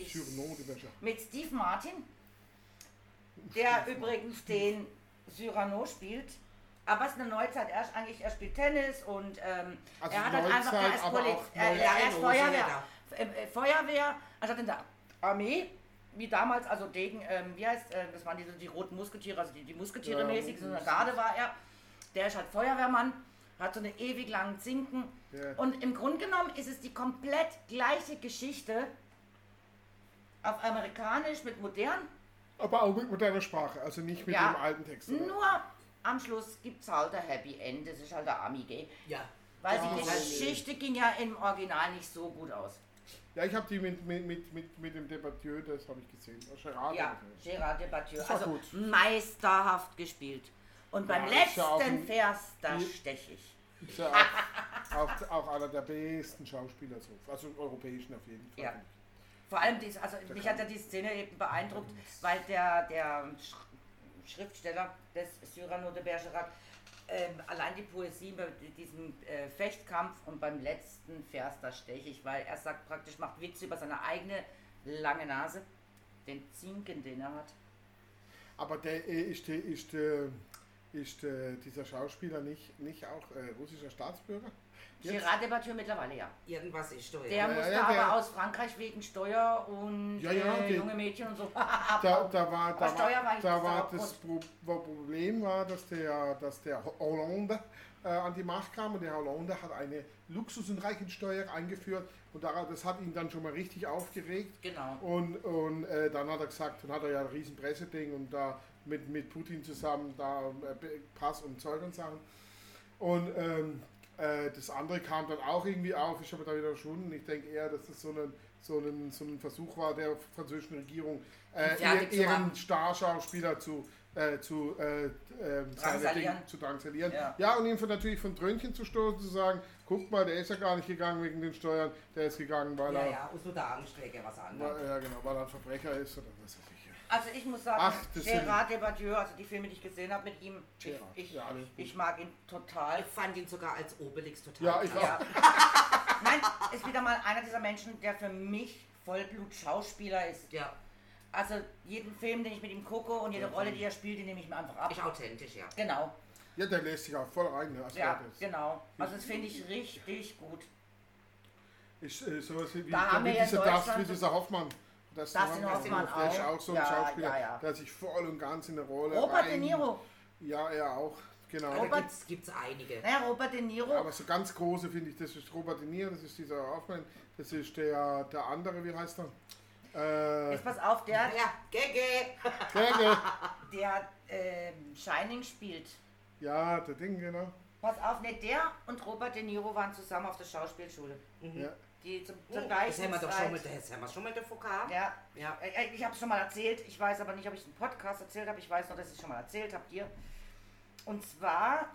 ist
Cyrano de Bergerac.
mit Steve Martin, der übrigens den Cyrano spielt. Aber es ist eine Neuzeit. Er, ist eigentlich, er spielt Tennis und ähm,
Also
er hat halt einfach,
Neuzeit,
er ist,
aber
Kolleg-
auch
äh, er
Neuzeit.
ist Feuerwehr. Äh, äh, Feuerwehr, anstatt in der Armee, wie damals, also Degen, ähm, wie heißt, äh, das waren diese, die roten Musketiere, also die, die Musketiere
Ja,
mäßig, so in der
Musketiere.
Garde war er. Der ist halt Feuerwehrmann, hat so eine ewig langen Zinken.
Ja.
Und im Grunde genommen ist es die komplett gleiche Geschichte auf amerikanisch mit modern.
Aber auch mit moderner Sprache, also nicht mit
Ja.
dem alten Text. oder?
Nur am Schluss gibt es halt ein Happy End, das ist halt der Ami, gell?
Ja.
Weil
Das
die
ist halt-
Geschichte ging ja im Original nicht so gut aus.
Ja, ich habe die mit, mit, mit, mit, mit dem Debattier, das habe ich gesehen. Oh, Gerard.
Ja,
oder so.
Gérard Depardieu.
war
Also
gut.
meisterhaft gespielt. Und beim
Ja, ist ja auch
letzten
ein-
Vers, da stech ich.
Ist ja auch, auch, auch einer der besten Schauspieler, so. also im europäischen auf jeden Fall.
Ja. Vor allem, dies, also mich hat ja die Szene eben beeindruckt, weil der, der Sch Schriftsteller des Cyrano de Bergerac ähm, allein die Poesie mit diesem äh, Fechtkampf und beim letzten Vers, da steche ich, weil er sagt praktisch, macht Witze über seine eigene lange Nase, den Zinken, den er hat.
Aber der äh, ist, äh, ist, äh, ist äh, dieser Schauspieler nicht, nicht auch äh, russischer Staatsbürger? Jetzt?
Gerard Debatteur mittlerweile, ja.
Irgendwas ist da,
Der
ja.
ja,
musste
ja, der-
aber aus Frankreich wegen Steuer und
Ja, ja,
äh,
den-
junge Mädchen und so.
Da, da war, da
Aber Steuer war
war,
ich
da
nicht
war
so
das Pro wo Problem war, dass der, dass der Ho- Hollande äh, an die Macht kam und der Hollande hat eine Luxus- und Reichensteuer eingeführt und da, das hat ihn dann schon mal richtig aufgeregt.
genau.
Und, und äh, dann hat er gesagt, dann hat er ja ein riesen Presseding und da mit, mit Putin zusammen da äh, Be- Pass und Zeug und Sachen. Und ähm, äh, das andere kam dann auch irgendwie auf, ist aber da wieder verschwunden. Ich denke eher, dass das so ein, so, ein, so ein Versuch war der französischen Regierung, äh,
Fertig
ihr-
zu
ihren
machen.
Starschauspieler zu, äh, zu, äh, ähm, seine
Drangsalieren.
Ding zu drangsalieren. Ja.
Ja.
und ihn von, natürlich von Trönchen zu stoßen, zu sagen, guck mal, der ist ja gar nicht gegangen wegen den Steuern, der ist gegangen, weil
Ja,
er
ja, und nur der Angst wegen was anderes.
weil, ja, genau, weil er ein Verbrecher ist oder was weiß ich.
Also ich muss sagen,
Ach, das sind-
Gerard Depardieu, also die Filme, die ich gesehen habe mit ihm, ich,
Gerard,
ich,
ja, alles gut.
ich mag ihn total.
Ich fand ihn sogar als Obelix total
Ja, ich
klasse.
Ja. Nein, ist wieder mal einer dieser Menschen, der für mich Vollblut-Schauspieler ist.
ja,
Also jeden Film, den ich mit ihm gucke und jede Rolle, die er spielt, die nehme ich mir einfach ab.
ist authentisch, ja.
Genau,
Ja, der lässt sich auch voll rein. Ne? Also
ja,
das
genau. Also das finde ich richtig gut.
Ist äh, sowas wie,
Da haben
wie
wir ja in
dieser, das, wie
Deutschland-
dieser Hoffmann. Das
Dustin Hoffmann
Der ist
auch.
auch so ein
Ja,
Schauspieler,
ja, ja.
der sich voll und ganz in eine Rolle
Robert De
rein-
Niro.
Ja, er auch. Genau.
Da
Robert-
gibt's, gibt's einige.
Naja, Robert De Niro.
Aber so ganz große finde ich, das ist Robert De Niro, das ist dieser Hoffmann, das ist der, der andere, wie heißt er? Äh,
Jetzt pass auf, der,
Ja, Gege.
der, der,
der ähm, Shining spielt.
ja, der Ding, genau.
Pass auf, ne, der und Robert De Niro waren zusammen auf der Schauspielschule.
Ja.
Die zum, zum
Oh, Das haben wir doch schon mal,
Zeit.
das haben wir schon mal davor gehabt.
Ja,
Ja.
Äh, ich habe es schon mal erzählt. Ich weiß aber nicht, ob ich es im Podcast erzählt habe. Ich weiß noch, dass ich es schon mal erzählt habe dir. Und zwar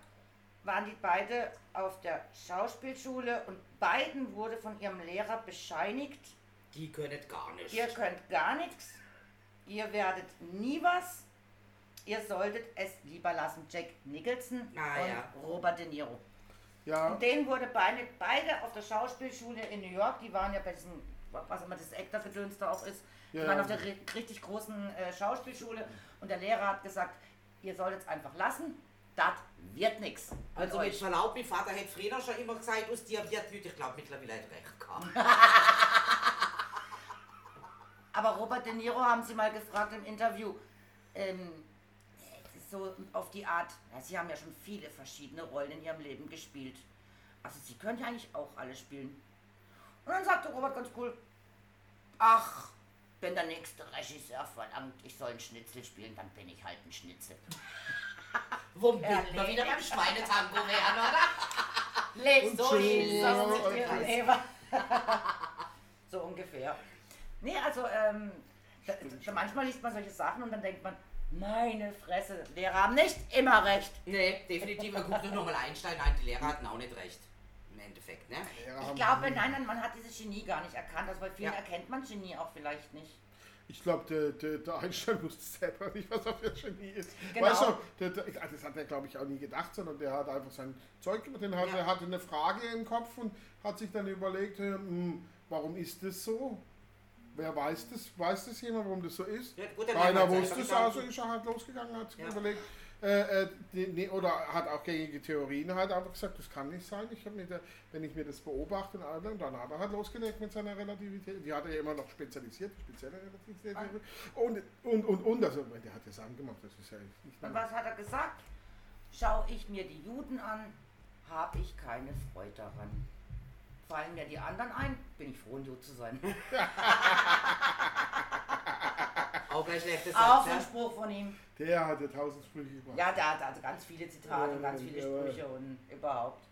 waren die beide auf der Schauspielschule und beiden wurde von ihrem Lehrer bescheinigt,
Die können gar nicht.
ihr könnt gar nichts, ihr werdet nie was, ihr solltet es lieber lassen. Jack Nicholson
Ah,
und
ja.
Robert De Niro.
Ja,
Und denen wurde beide, beide auf der Schauspielschule in New York, die waren ja bei diesem, was immer das Actor-Gedöns da auch ist, die
Ja,
waren
ja.
auf der ri- richtig großen äh, Schauspielschule und der Lehrer hat gesagt, ihr sollt es einfach lassen, das wird nichts.
Also mit Verlaub, mein Vater hat früher schon immer gesagt, aus dir wird nichts. Ich glaube, mittlerweile hat er recht gehabt.
Aber Robert De Niro haben sie mal gefragt im Interview, ähm, so auf die Art, ja, sie haben ja schon viele verschiedene Rollen in ihrem Leben gespielt. Also sie können ja eigentlich auch alle spielen. Und dann sagte Robert ganz cool, ach, wenn der nächste Regisseur verlangt, ich soll einen Schnitzel spielen, dann bin ich halt ein Schnitzel.
Wumm,
Erledigt.
mal wieder beim Schweinetango wären, oder?
Leg
so hin,
so
so
mit
mit
ihrem
Christ.
Leber. so ungefähr. Nee, also ähm, da, da manchmal liest man solche Sachen und dann denkt man, meine Fresse, Lehrer haben nicht immer recht.
Nee, definitiv. Man guckt doch nochmal Einstein an, die Lehrer hatten auch nicht recht. Im Endeffekt, ne?
ja,
Ich
haben-
glaube, nein, nein, man hat dieses Genie gar nicht erkannt. Also bei vielen
Ja.
erkennt man Genie auch vielleicht nicht.
Ich glaube, der, der, der Einstein wusste selber nicht, was er für ein Genie ist.
Genau.
Weißt du, der, der, also das hat er, glaube ich, auch nie gedacht, sondern der hat einfach sein Zeug gemacht. Den hat,
Ja.
Er hatte eine Frage im Kopf und hat sich dann überlegt, äh, hm, warum ist das so? Wer weiß das? Weiß das jemand, warum das so ist?
Ja, gut, dann
Keiner
haben wir jetzt
wusste es,
einfach
also
gedacht.
ist er halt losgegangen, hat sich
Ja.
überlegt. Äh, äh, die, nee, oder hat auch gängige Theorien halt einfach gesagt, das kann nicht sein. Ich habe mir, da- wenn ich mir das beobachte und all, dann hat er halt losgelegt mit seiner Relativität. Die hat er ja immer noch spezialisiert, spezielle Relativität.
Ah.
Und, und, und, und, also, ich meine, der hat ja Sachen gemacht, das ist ja nicht
Und
normal.
was hat er gesagt? Schaue ich mir die Juden an, habe ich keine Freude daran. Fallen mir die anderen ein, bin ich froh, ein Jude zu sein.
Auch ein schlechtes
Auch
Satz,
ein
ne?
Spruch von ihm.
Der hat ja tausend Sprüche gemacht.
Ja, da hat also ganz viele Zitate und ganz viele
Ja, ja.
Sprüche und überhaupt.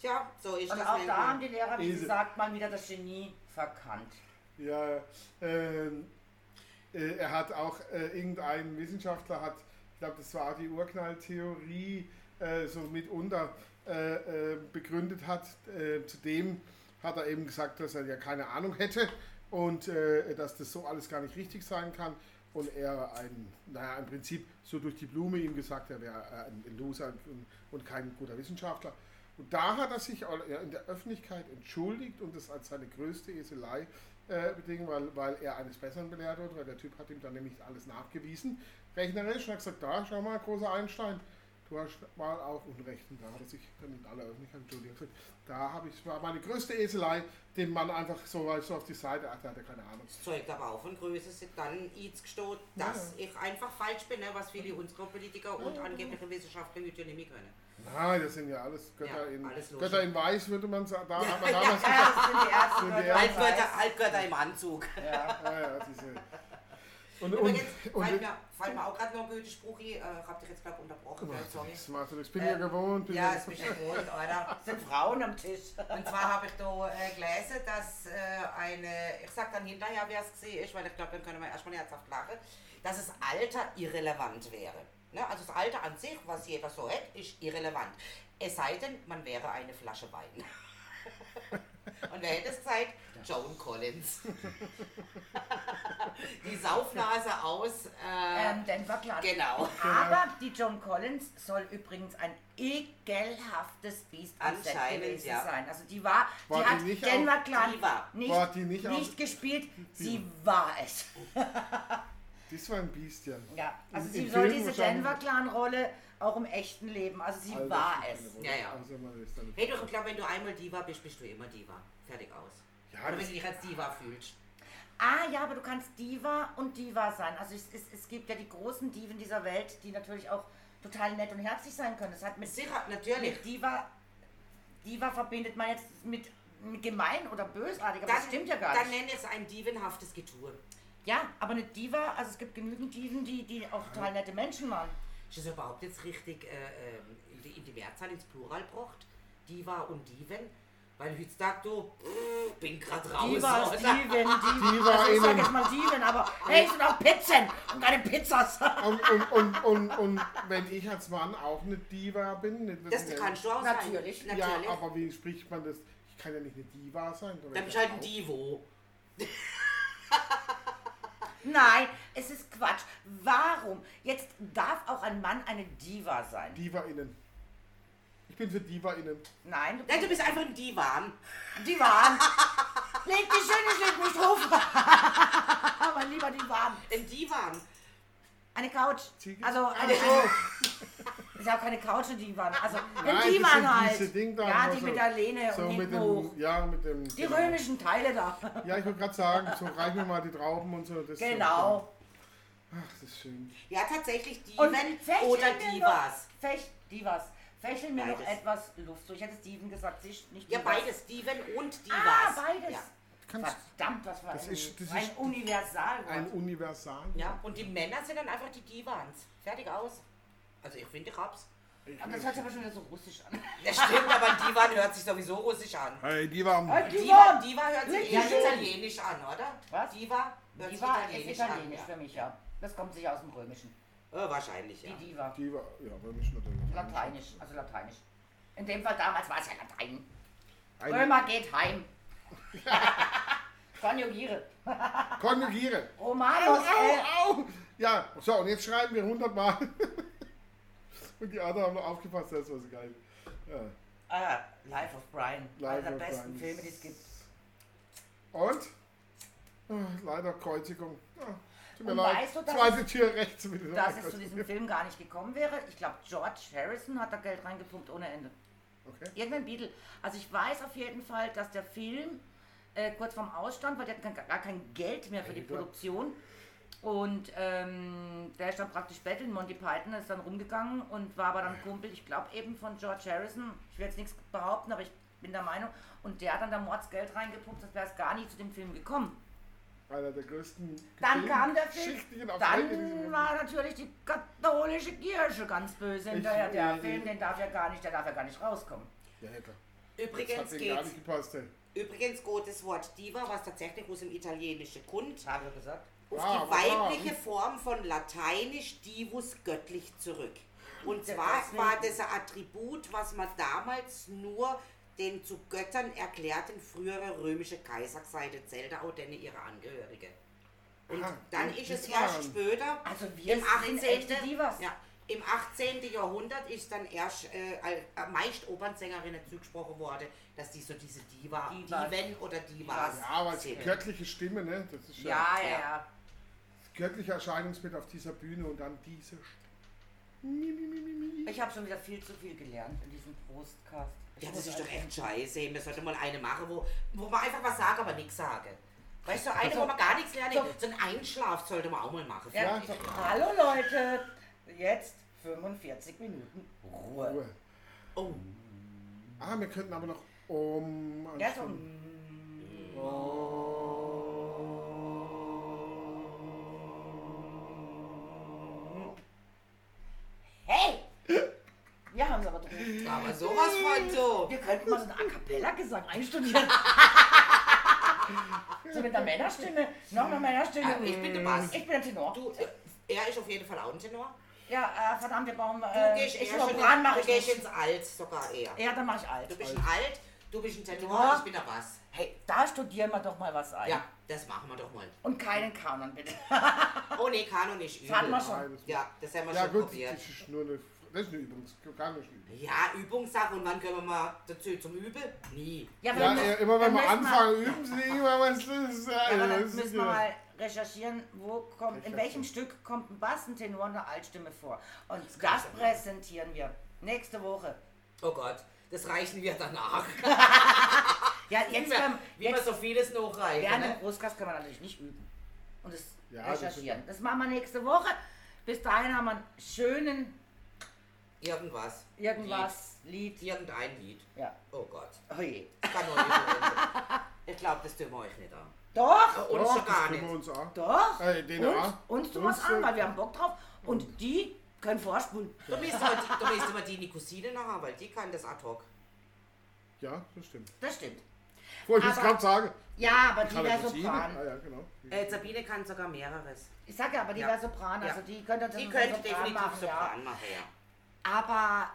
Tja, so ist
Und
das.
auch da
manchmal.
haben die Lehrer, wie
Esel.
gesagt, mal wieder das Genie verkannt.
Ja, ähm, äh, er hat auch äh, irgendein Wissenschaftler hat glaube, das war die Urknalltheorie, äh, so mitunter äh, äh, begründet hat. Äh, zudem hat er eben gesagt, dass er ja keine Ahnung hätte und äh, dass das so alles gar nicht richtig sein kann. Und er ein, naja, im Prinzip so durch die Blume ihm gesagt, er wäre äh, ein Loser und, und kein guter Wissenschaftler. Und da hat er sich auch, äh, in der Öffentlichkeit entschuldigt und das als seine größte Eselei äh, bedingt, weil, weil er eines Besseren belehrt wurde. weil Der Typ hat ihm dann nämlich alles nachgewiesen, rechnerisch, und hat gesagt, da, schau mal, großer Einstein, du hast mal auch Unrecht. Und da hat er sich dann in aller Öffentlichkeit entschuldigt und gesagt, da habe ich, war meine größte Eselei, dem Mann einfach so, so auf die Seite, ach, der hatte keine Ahnung.
Das zeugt aber auch von Größe, sind dann Eats gestohlen, dass ich einfach falsch bin, ne, was viele unserer Politiker und angebliche Wissenschaftler heute nicht mehr können.
Nein, das sind ja alles Götter,
Ja,
in,
alles Logen.
Götter in Weiß, würde man sagen. Da hat man
ja,
damals gesagt.
Ja, das sind die ersten
Sind die
Leute, die weiß.
Halbgötter, Halbgötter im Anzug.
Ja.
Ja, ja, diese. Und, und,
Übrigens, fällt
und,
mir, fällt mir auch gerade noch ein Goethe Spruch ein, äh, hab dich jetzt glaube unterbrochen, gell, sorry.
Oh,
Ähm,
das machst du, das bin ich ja gewohnt. Bin
Ja,
ja,
ist mich gewohnt, Alter.
Das sind Frauen am Tisch.
Und zwar habe ich da äh, gelesen, dass äh, eine, ich sag dann hinterher, wer es gesehen ist, weil ich glaube, dann können wir erstmal herzhaft lachen, dass das Alter irrelevant wäre. Ne? Also das Alter an sich, was jeder so hat, ist irrelevant. Es sei denn, man wäre eine Flasche Wein. Und wer hätte es gesagt? Joan Collins. Die Saufnase aus. Äh,
Ähm, Denver Clark.
Genau.
Aber die John Collins soll übrigens ein ekelhaftes Biest am Set
Anscheinend,
gewesen
ja.
sein. Also die war,
War
die
die
hat
nicht
Denver Clark
Die war.
nicht,
War die nicht auf-
gespielt, sie war es.
Das war ein Biest, ja.
Ja, also
Im-
sie
im
soll
Film
diese
wahrscheinlich-
Denver Clan Rolle auch im echten Leben, also sie
Also,
war
das
es.
ist eine Rolle.
Ja, ja.
Also, man ist dann-
Hey, du, ich glaube, wenn du einmal Diva bist, bist du immer Diva. Fertig aus.
Ja,
Oder wenn
das-
du dich als Diva fühlst.
Ah ja, aber du kannst Diva und Diva sein. Also es, es, es gibt ja die großen Diven dieser Welt, die natürlich auch total nett und herzlich sein können. Das hat mit
Sicher, natürlich.
Mit Diva, Diva verbindet man jetzt mit, mit gemein oder bösartig, aber das stimmt ja gar
Dann
nicht.
nenne ich es ein dievenhaftes Getue.
Ja, aber eine Diva, also es gibt genügend Diven, die, die auch total nette Menschen waren.
Ist das überhaupt jetzt richtig äh, ähm, in, die, in die Mehrzahl ins Plural gebracht? Diva und Diven? Weil heutzutage du, pff, bin grad raus.
Diva,
oder?
Steven, Diva.
Diva
also ich sag
innen.
jetzt mal Diven, aber hey, es sind auch Pizzen und keine Pizzas.
Und, und, und, und, und wenn ich als Mann auch eine Diva bin, ne-
Das kannst du auch
Natürlich,
sein. Natürlich.
Ja, aber wie spricht man das? Ich kann ja nicht eine Diva sein. sondern
dann
ich
bist du halt
auch-
ein Divo.
Nein, es ist Quatsch. Warum? Jetzt darf auch ein Mann eine Diva sein.
Diva-Innen. Ich bin für Diva-Innen.
Nein, du
Nein,
bist
du bist einfach ein Divan.
Diva an. Leg die schöne Schild nicht drauf. aber lieber Diva an.
Ein Divan.
Eine Couch.
Ziege?
Also, eine, eine, ist ja auch keine Couch, eine Divan. Also,
Nein,
eine
das sind
Divan halt.
diese Ding da,
ja,
wo
die
so-
mit der Lehne
So
und
mit
hinten hoch.
dem, Genau. ja, mit dem.
Die römischen Teile da.
Ja, ich wollte gerade sagen, so reich mir mal die Trauben und so. Das ist so-
Genau.
Ach, das ist schön.
Ja, tatsächlich
Und
Diven
fächeln
oder
wir
Divas.
Noch, fech, Divas. Fächeln mir noch
Beides.
etwas Luft zu. Ich hätte es Diven gesagt, sie ist nicht
Ja,
Divas.
beides. Diven und Divas.
Ah, beides.
Ja.
Kannst
Verdammt, was war
Das
ein,
ist- das
ein
ist-
Universal.
ein Universal.
Ja, und die Männer sind dann einfach die Divans. Fertig aus. Also ich finde, ich hab's.
Aber das hört sich aber schon wieder so russisch an.
Das stimmt, aber ein Divan hört sich sowieso russisch an.
Hey, die waren.
Diva, Diva
halt
hört sich eher
Ah, Richtig.
italienisch an, oder?
Was?
Diva hört
Diva
sich
ist
italienisch,
italienisch
an.
für mich, ja. Das kommt sicher aus dem Römischen.
Ja. Äh, wahrscheinlich, ja.
Die Diva.
Diva, ja, römisch natürlich.
Lateinisch, also Lateinisch. In dem Fall damals war es ja Latein.
Eine-
Römer geht heim. Konjugiere.
Konjugiere. Au,
Romanos. äh,
au, au. Ja, so, und jetzt schreiben wir 100 Mal. und die anderen haben noch aufgepasst, das war so geil. Ja.
Ah, Life of Brian.
Life
Einer der
of
besten
Brian.
Filme, die es gibt.
Und? Ah, leider Kreuzigung. Ah, tut mir
Und
leid.
weißt du, dass
Zweite Tür rechts. Mit
Dass es zu diesem Film gar nicht gekommen wäre, ich glaube, George Harrison hat da Geld reingepumpt ohne Ende.
okay.
Irgendein Beatle. Also ich weiß auf jeden Fall, dass der Film äh, kurz vorm Ausstand war, der hatten gar kein Geld mehr für die
Alter.
Produktion. Und ähm, der ist dann praktisch betteln. Monty Python ist dann rumgegangen und war aber dann Kumpel, ich glaube eben von George Harrison. Ich will jetzt nichts behaupten, aber ich bin der Meinung. Und der hat dann da Mordsgeld reingepumpt, sonst wäre es gar nie zu dem Film gekommen.
Einer der größten
Dann kam der
geschichtlichen
Film.
Erfolge in
Dann
diesem-
war natürlich die katholische Kirche ganz böse hinterher. Der
äh,
Film, den darf ja gar nicht, der darf ja gar nicht rauskommen.
Ja, hätte. Das
Übrigens
hat denen gar
geht's.
nicht gepasst. Ey.
um Übrigens geht das Wort Diva, was tatsächlich aus dem Italienischen kommt.
Habe ich gesagt.
auf
Ja,
um die
aber ja,
weibliche
hm.
Form von Lateinisch divus göttlich zurück. Und
Ja,
zwar
deswegen.
war das ein Attribut, was man damals nur den zu Göttern erklärten frühere römische Kaiser gesagt, Zelda oder ihre Angehörige. Und
Aha,
dann
die-
ist
die
es erst
waren-
später,
Also wir
im
sind
18.
echte Divas.
Ja, im 18. Jahrhundert ist dann erst äh, al- äh, meist Opernsängerinnen zugesprochen worden, dass die so diese Diva,
Divas.
Diven oder Divas
Ja, weil es
sind.
göttliche Stimme, ne? Das ist
Ja, ja,
Ja.
ja.
göttliche Erscheinungsbild auf dieser Bühne und dann diese Stimme. Mi, mi, mi, mi, mi.
Ich habe schon wieder viel zu viel gelernt in diesem Prostcast. Ich
Ja, das
muss halt
ist doch
einfach-
echt scheiße. Wir sollten mal eine machen, wo, wo man einfach was sagt, aber nichts sagen. Weißt du, eine, wo man gar nichts lernt.
Also, so-
So ein Einschlaf sollte man auch mal machen.
Ja.
Ja, so-
Hallo Leute, jetzt 45 Minuten Ruhe.
Ruhe.
Oh,
Ah, wir könnten aber noch um.
Ja, so, mm.
anstimmen.
hey! Wir haben es aber drin.
aber sowas von so.
Wir könnten mal so einen A Cappella-Gesang einstudieren. so mit einer Männerstimme, noch eine Männerstimme.
Ja, Ah, ich bin der Bass.
Ich bin der Tenor.
Du, äh, er ist auf jeden Fall auch ein Tenor.
Ja, äh, verdammt, wir brauchen...
Du
Äh,
gehst,
ich
eher
will auch
schon
Bran
in-
machen.
du gehst ins Alt sogar eher.
Ja, dann mache ich alt.
Du bist ein Alt, du bist ein Tenor,
Ja.
ich bin der Bass.
Hey, da studieren wir doch mal was ein.
Ja, das machen wir doch mal.
Und keinen Kanon, bitte.
Oh nee, Kanon ist übel.
Das hatten wir schon.
Alles.
Ja, das haben wir
Ja,
schon
gut,
probiert.
das ist nur eine, das ist eine Übungs, gar nicht eine Übung.
Ja, Übungssache und wann können wir mal dazu zum Üben? Nie.
Ja,
Ja,
dann-
ja, immer wenn
dann
wir
müssen
anfangen, üben sie immer was. Das ist, ja,
Ja, aber dann
das ist
müssen wir mal recherchieren, wo kommt, in
Recherchieren.
welchem Stück kommt ein Bass, ein Tenor und eine Altstimme vor. Und das präsentieren wir nächste Woche.
Oh Gott, das reichen wir danach.
Ja,
wie
jetzt beim
man, wie man
jetzt,
so vieles noch reichen.
ja,
ne?
im Großgast kann man natürlich nicht üben. Und das
Ja, das ist-
recherchieren. Das, machen wir nächste Woche. Bis dahin haben wir einen schönen
Irgendwas.
irgendwas Lied.
Lied. Irgendein Lied.
Ja.
Oh Gott.
Oh je.
Kann auch nicht so. Ich glaube, das tun wir euch nicht an.
Doch,
Uns
Doch,
schon gar
das tun wir
nicht.
uns auch.
doch.
Äh, den
uns,
auch.
uns tun was
Uns,
an,
äh,
weil wir haben Bock drauf. Und die können vorspulen.
Du müsst aber die, du müsst aber die Cousine nachher, weil die kann das ad hoc.
Ja, das stimmt.
Das stimmt.
Wollte ich
Aber-
gerade sagen.
Ja, aber die
Gerade
wäre
Cousine.
Sopran.
Ah, ja, genau.
Äh, Sabine kann sogar mehreres.
Ich sag ja, aber die
Ja.
wäre Sopran, also
Ja.
die könnte das
Die
mit
könnte
Sopran
definitiv
machen,
Sopran machen, ja.
Ja. Aber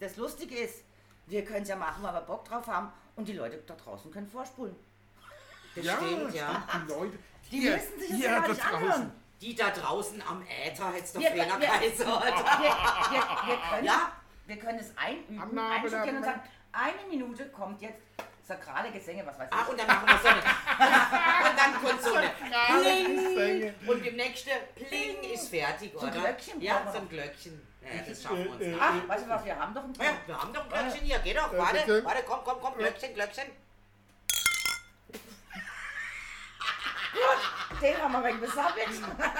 das Lustige ist, wir können es ja machen, weil wir Bock drauf haben und die Leute da draußen können vorspulen.
Das
Ja,
stimmt, ja.
Die Leute.
Die müssen sich das
hier
ja gar
da
nicht
draußen.
anhören.
Die da draußen am Äther hätt's doch
Wir-
Fehler
wir-
Kaiser.
Also Wir, wir, wir, können,
Ja.
wir können es einüben,
Am Nabel,
einstudieren und
am
sagen, eine Minute kommt jetzt sakrale Gesänge, was weiß ich.
Ah, und dann machen wir so eine. und dann kurz so eine.
Gesänge.
Pling. Und im nächsten Pling ist fertig,
So ein
oder?
Glöckchen brauchen
Ja,
wir
so ein
noch.
Glöckchen. Ja, das schaffen wir uns
Äh,
nicht.
Ach, weißt du was, wir haben doch einen
Ja,
Plan.
wir haben doch ein Glöckchen hier, geh doch,
Äh,
warte,
bitte. Äh.
warte, komm, komm, komm, Glöckchen, Glöckchen.
Den haben wir weggesammelt.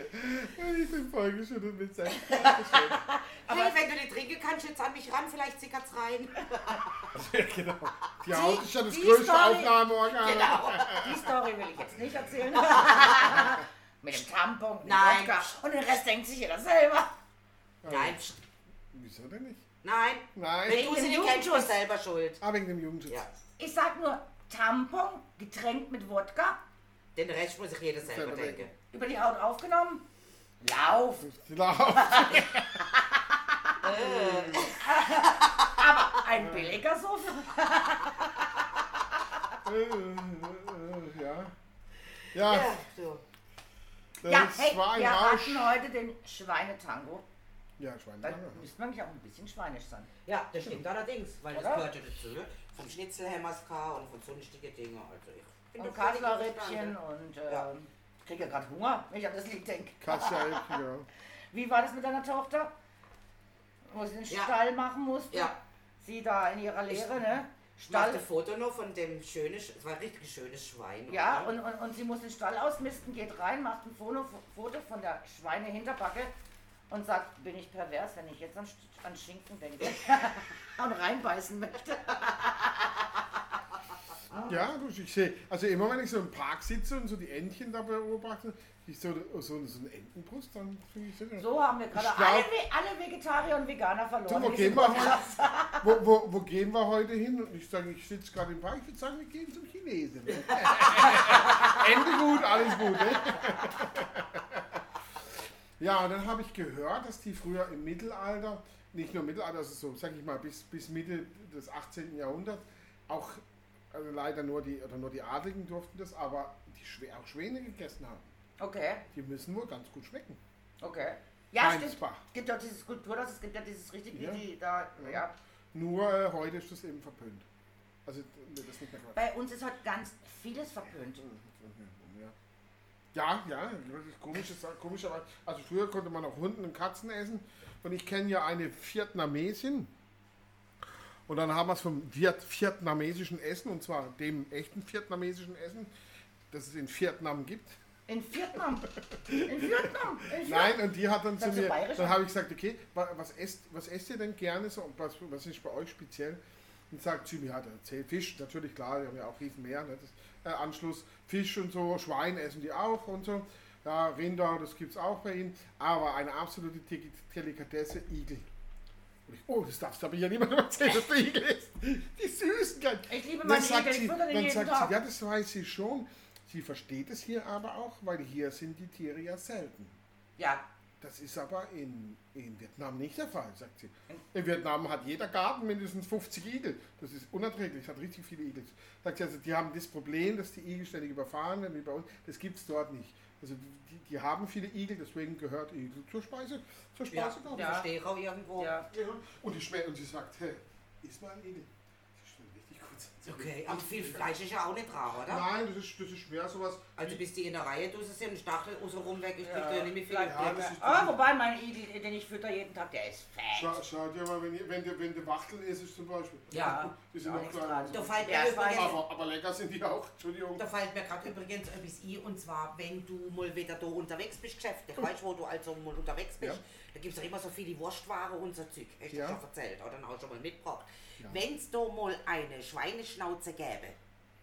Ich bin vollgeschüttet mit Senf.
hey, wenn du nicht trinken kannst, jetzt an mich ran, vielleicht sickert's rein.
genau. Die Haut ist ja das
die
größte
Story. Genau.
Aufnahmeorgan.
Die Story will ich jetzt nicht erzählen. Mit dem Tampon, mit dem
Nein.
Wodka. Und den Rest denkt sich jeder selber.
Nein, pst,
Wieso denn nicht?
nein. Wenn
Nein.
du sie
Wegen dem
nicht kennst,
Jugendschutz.
bist du selber schuld.
Ah, wegen dem Jugendschutz.
Ja,
Ich sag nur Tampon getränkt mit Wodka,
den Rest muss sich jeder selber
Selber
denken.
denken.
über die Haut aufgenommen. Lauf!
Die Lauf.
Aber ein billiger Sofa.
Äh, äh, ja. Ja,
Ja, so.
das
Ja, hey,
war ein
wir
Rausch.
hatten heute den Schweinetango.
Ja, Schwein.
Da müsste man eigentlich auch ein bisschen schweinisch sein.
Ja, das stimmt allerdings, weil das
Oder?
gehört ja dazu. ne? Vom Schnitzelhämmerska und von sonstigen Dingen. Also ich bin
Und
doch völlig
Kasslerrippchen
einverstanden.
und äh,
Ja.
ich kriege ja gerade Hunger, wenn ich an das Lied denke.
Kassia, ja.
Wie war das mit deiner Tochter? Wo sie den
Ja.
Stall machen musste?
Ja.
Sie da in ihrer Lehre, ne?
Ich machte
Stall.
Foto noch von dem schönen, Sch- es war ein richtig schönes Schwein.
Ja,
oder?
und, und, und sie muss den Stall ausmisten, geht rein, macht ein Foto, Foto von der Schweinehinterbacke und sagt, bin ich pervers, wenn ich jetzt an, Sch- an Schinken denke und reinbeißen möchte.
Ja, du, ich sehe, also immer wenn ich so im Park sitze und so die Entchen da beobachte, ich so, so, so eine Entenbrust, dann finde ich das-
So haben wir gerade
Ich glaub-
alle, We- alle Vegetarier und Veganer
Du,
verloren.
wo,
Wir
gehen
sind
wir
krass.
heute, wo, wo, wo gehen wir heute hin? Und ich sage, ich sitze gerade im Park, ich würde sagen, wir gehen zum Chinesen. Ne? Ende gut, alles gut. Ne? ja, und dann habe ich gehört, dass die früher im Mittelalter, nicht nur im Mittelalter, also so, sage ich mal, bis, bis Mitte des 18. Jahrhunderts, auch also leider nur die, oder nur die Adligen durften das, aber die Schwä- auch Schwäne gegessen haben.
Okay,
Die müssen wohl ganz gut schmecken.
okay. Ja, stimmt.
Weinsbach.
Es gibt ja dieses Kulturhaus, es gibt ja dieses richtige,
Ja.
die da,
Ja.
ja.
Nur äh, heute ist das eben verpönt. Also das ist nicht mehr gemacht.
Bei uns ist heute ganz vieles
Mhm.
verpönt.
Ja, ja, das ist komisch, ist komisch, aber also früher konnte man auch Hunden und Katzen essen und ich kenne ja eine Vietnamesin und dann haben wir es vom Viet vietnamesischen Essen und zwar dem echten vietnamesischen Essen, das es in Vietnam gibt.
In Vietnam. In Vietnam. In Vietnam.
Nein, und die hat dann zu
Sagst du
mir,
bayerisch?
dann habe ich gesagt, okay, wa- was esst, was esst ihr denn gerne so und was, was ist bei euch speziell? Und sagt sie mir, hat erzählt, Fisch, natürlich, klar, die haben ja auch riesen Meer, ne, das, äh, Anschluss, Fisch und so, Schwein essen die auch und so, ja, Rinder, das gibt es auch bei ihnen, aber eine absolute Digi- Delikatesse, Igel. Und ich, oh, das darfst du aber ja niemandem erzählen, dass der Igel ist. Die Süßigkeit.
Ich liebe
Dann
meine
sagt
Igel, ich
sie-
fütter den
Dann
jeden
sagt
Tag.
sie, ja, das weiß sie schon. Sie versteht es hier aber auch, weil hier sind die Tiere ja selten.
Ja,
Das ist aber in, in Vietnam nicht der Fall, sagt sie. In Vietnam hat jeder Garten mindestens 50 Igel. Das ist unerträglich, hat richtig viele Igel. Sagt sie, also die haben das Problem, dass die Igel ständig überfahren werden wie bei uns. Das gibt es dort nicht. Also die, die haben viele Igel, deswegen gehört Igel zur Speise. Zur
Ja,
Speise
ja. verstehe ich auch irgendwo.
ja.
Und, die schmeckt, und sie sagt, hey, iss mal einen Igel. Das schmeckt richtig gut.
Okay, aber viel Fleisch ist ja auch nicht rar, oder?
Nein, das ist, das ist schwer sowas.
Also bis die in der Reihe du sie einen Stachel außenrum weg, ich krieg da nicht mehr viel.
Vielleicht-
Ja, das ist-
Ah, wobei mein Igel, den ich fütter jeden Tag, der ist
Schau,
fett.
schau dir mal, wenn, ihr- wenn, du- wenn du Wachteln isst zum Beispiel. Oh,
Ja,
Die sind
ja,
noch
nichts
kleiner.
dran.
Da fällt
Ja,
mir
ich weiß.
übrigens,
Aber, aber lecker sind die auch, Entschuldigung.
da fällt mir gerade übrigens etwas ein, und zwar, wenn du mal wieder da unterwegs bist, geschäftlich, weißt du, wo du also mal unterwegs bist,
Ja.
da gibt es ja immer so viele Wurstware und so Zeug, hast du
Ja.
ja. schon erzählt, oder auch schon mal mitgebracht. Wenn es da mal eine Schweineschnauze gäbe,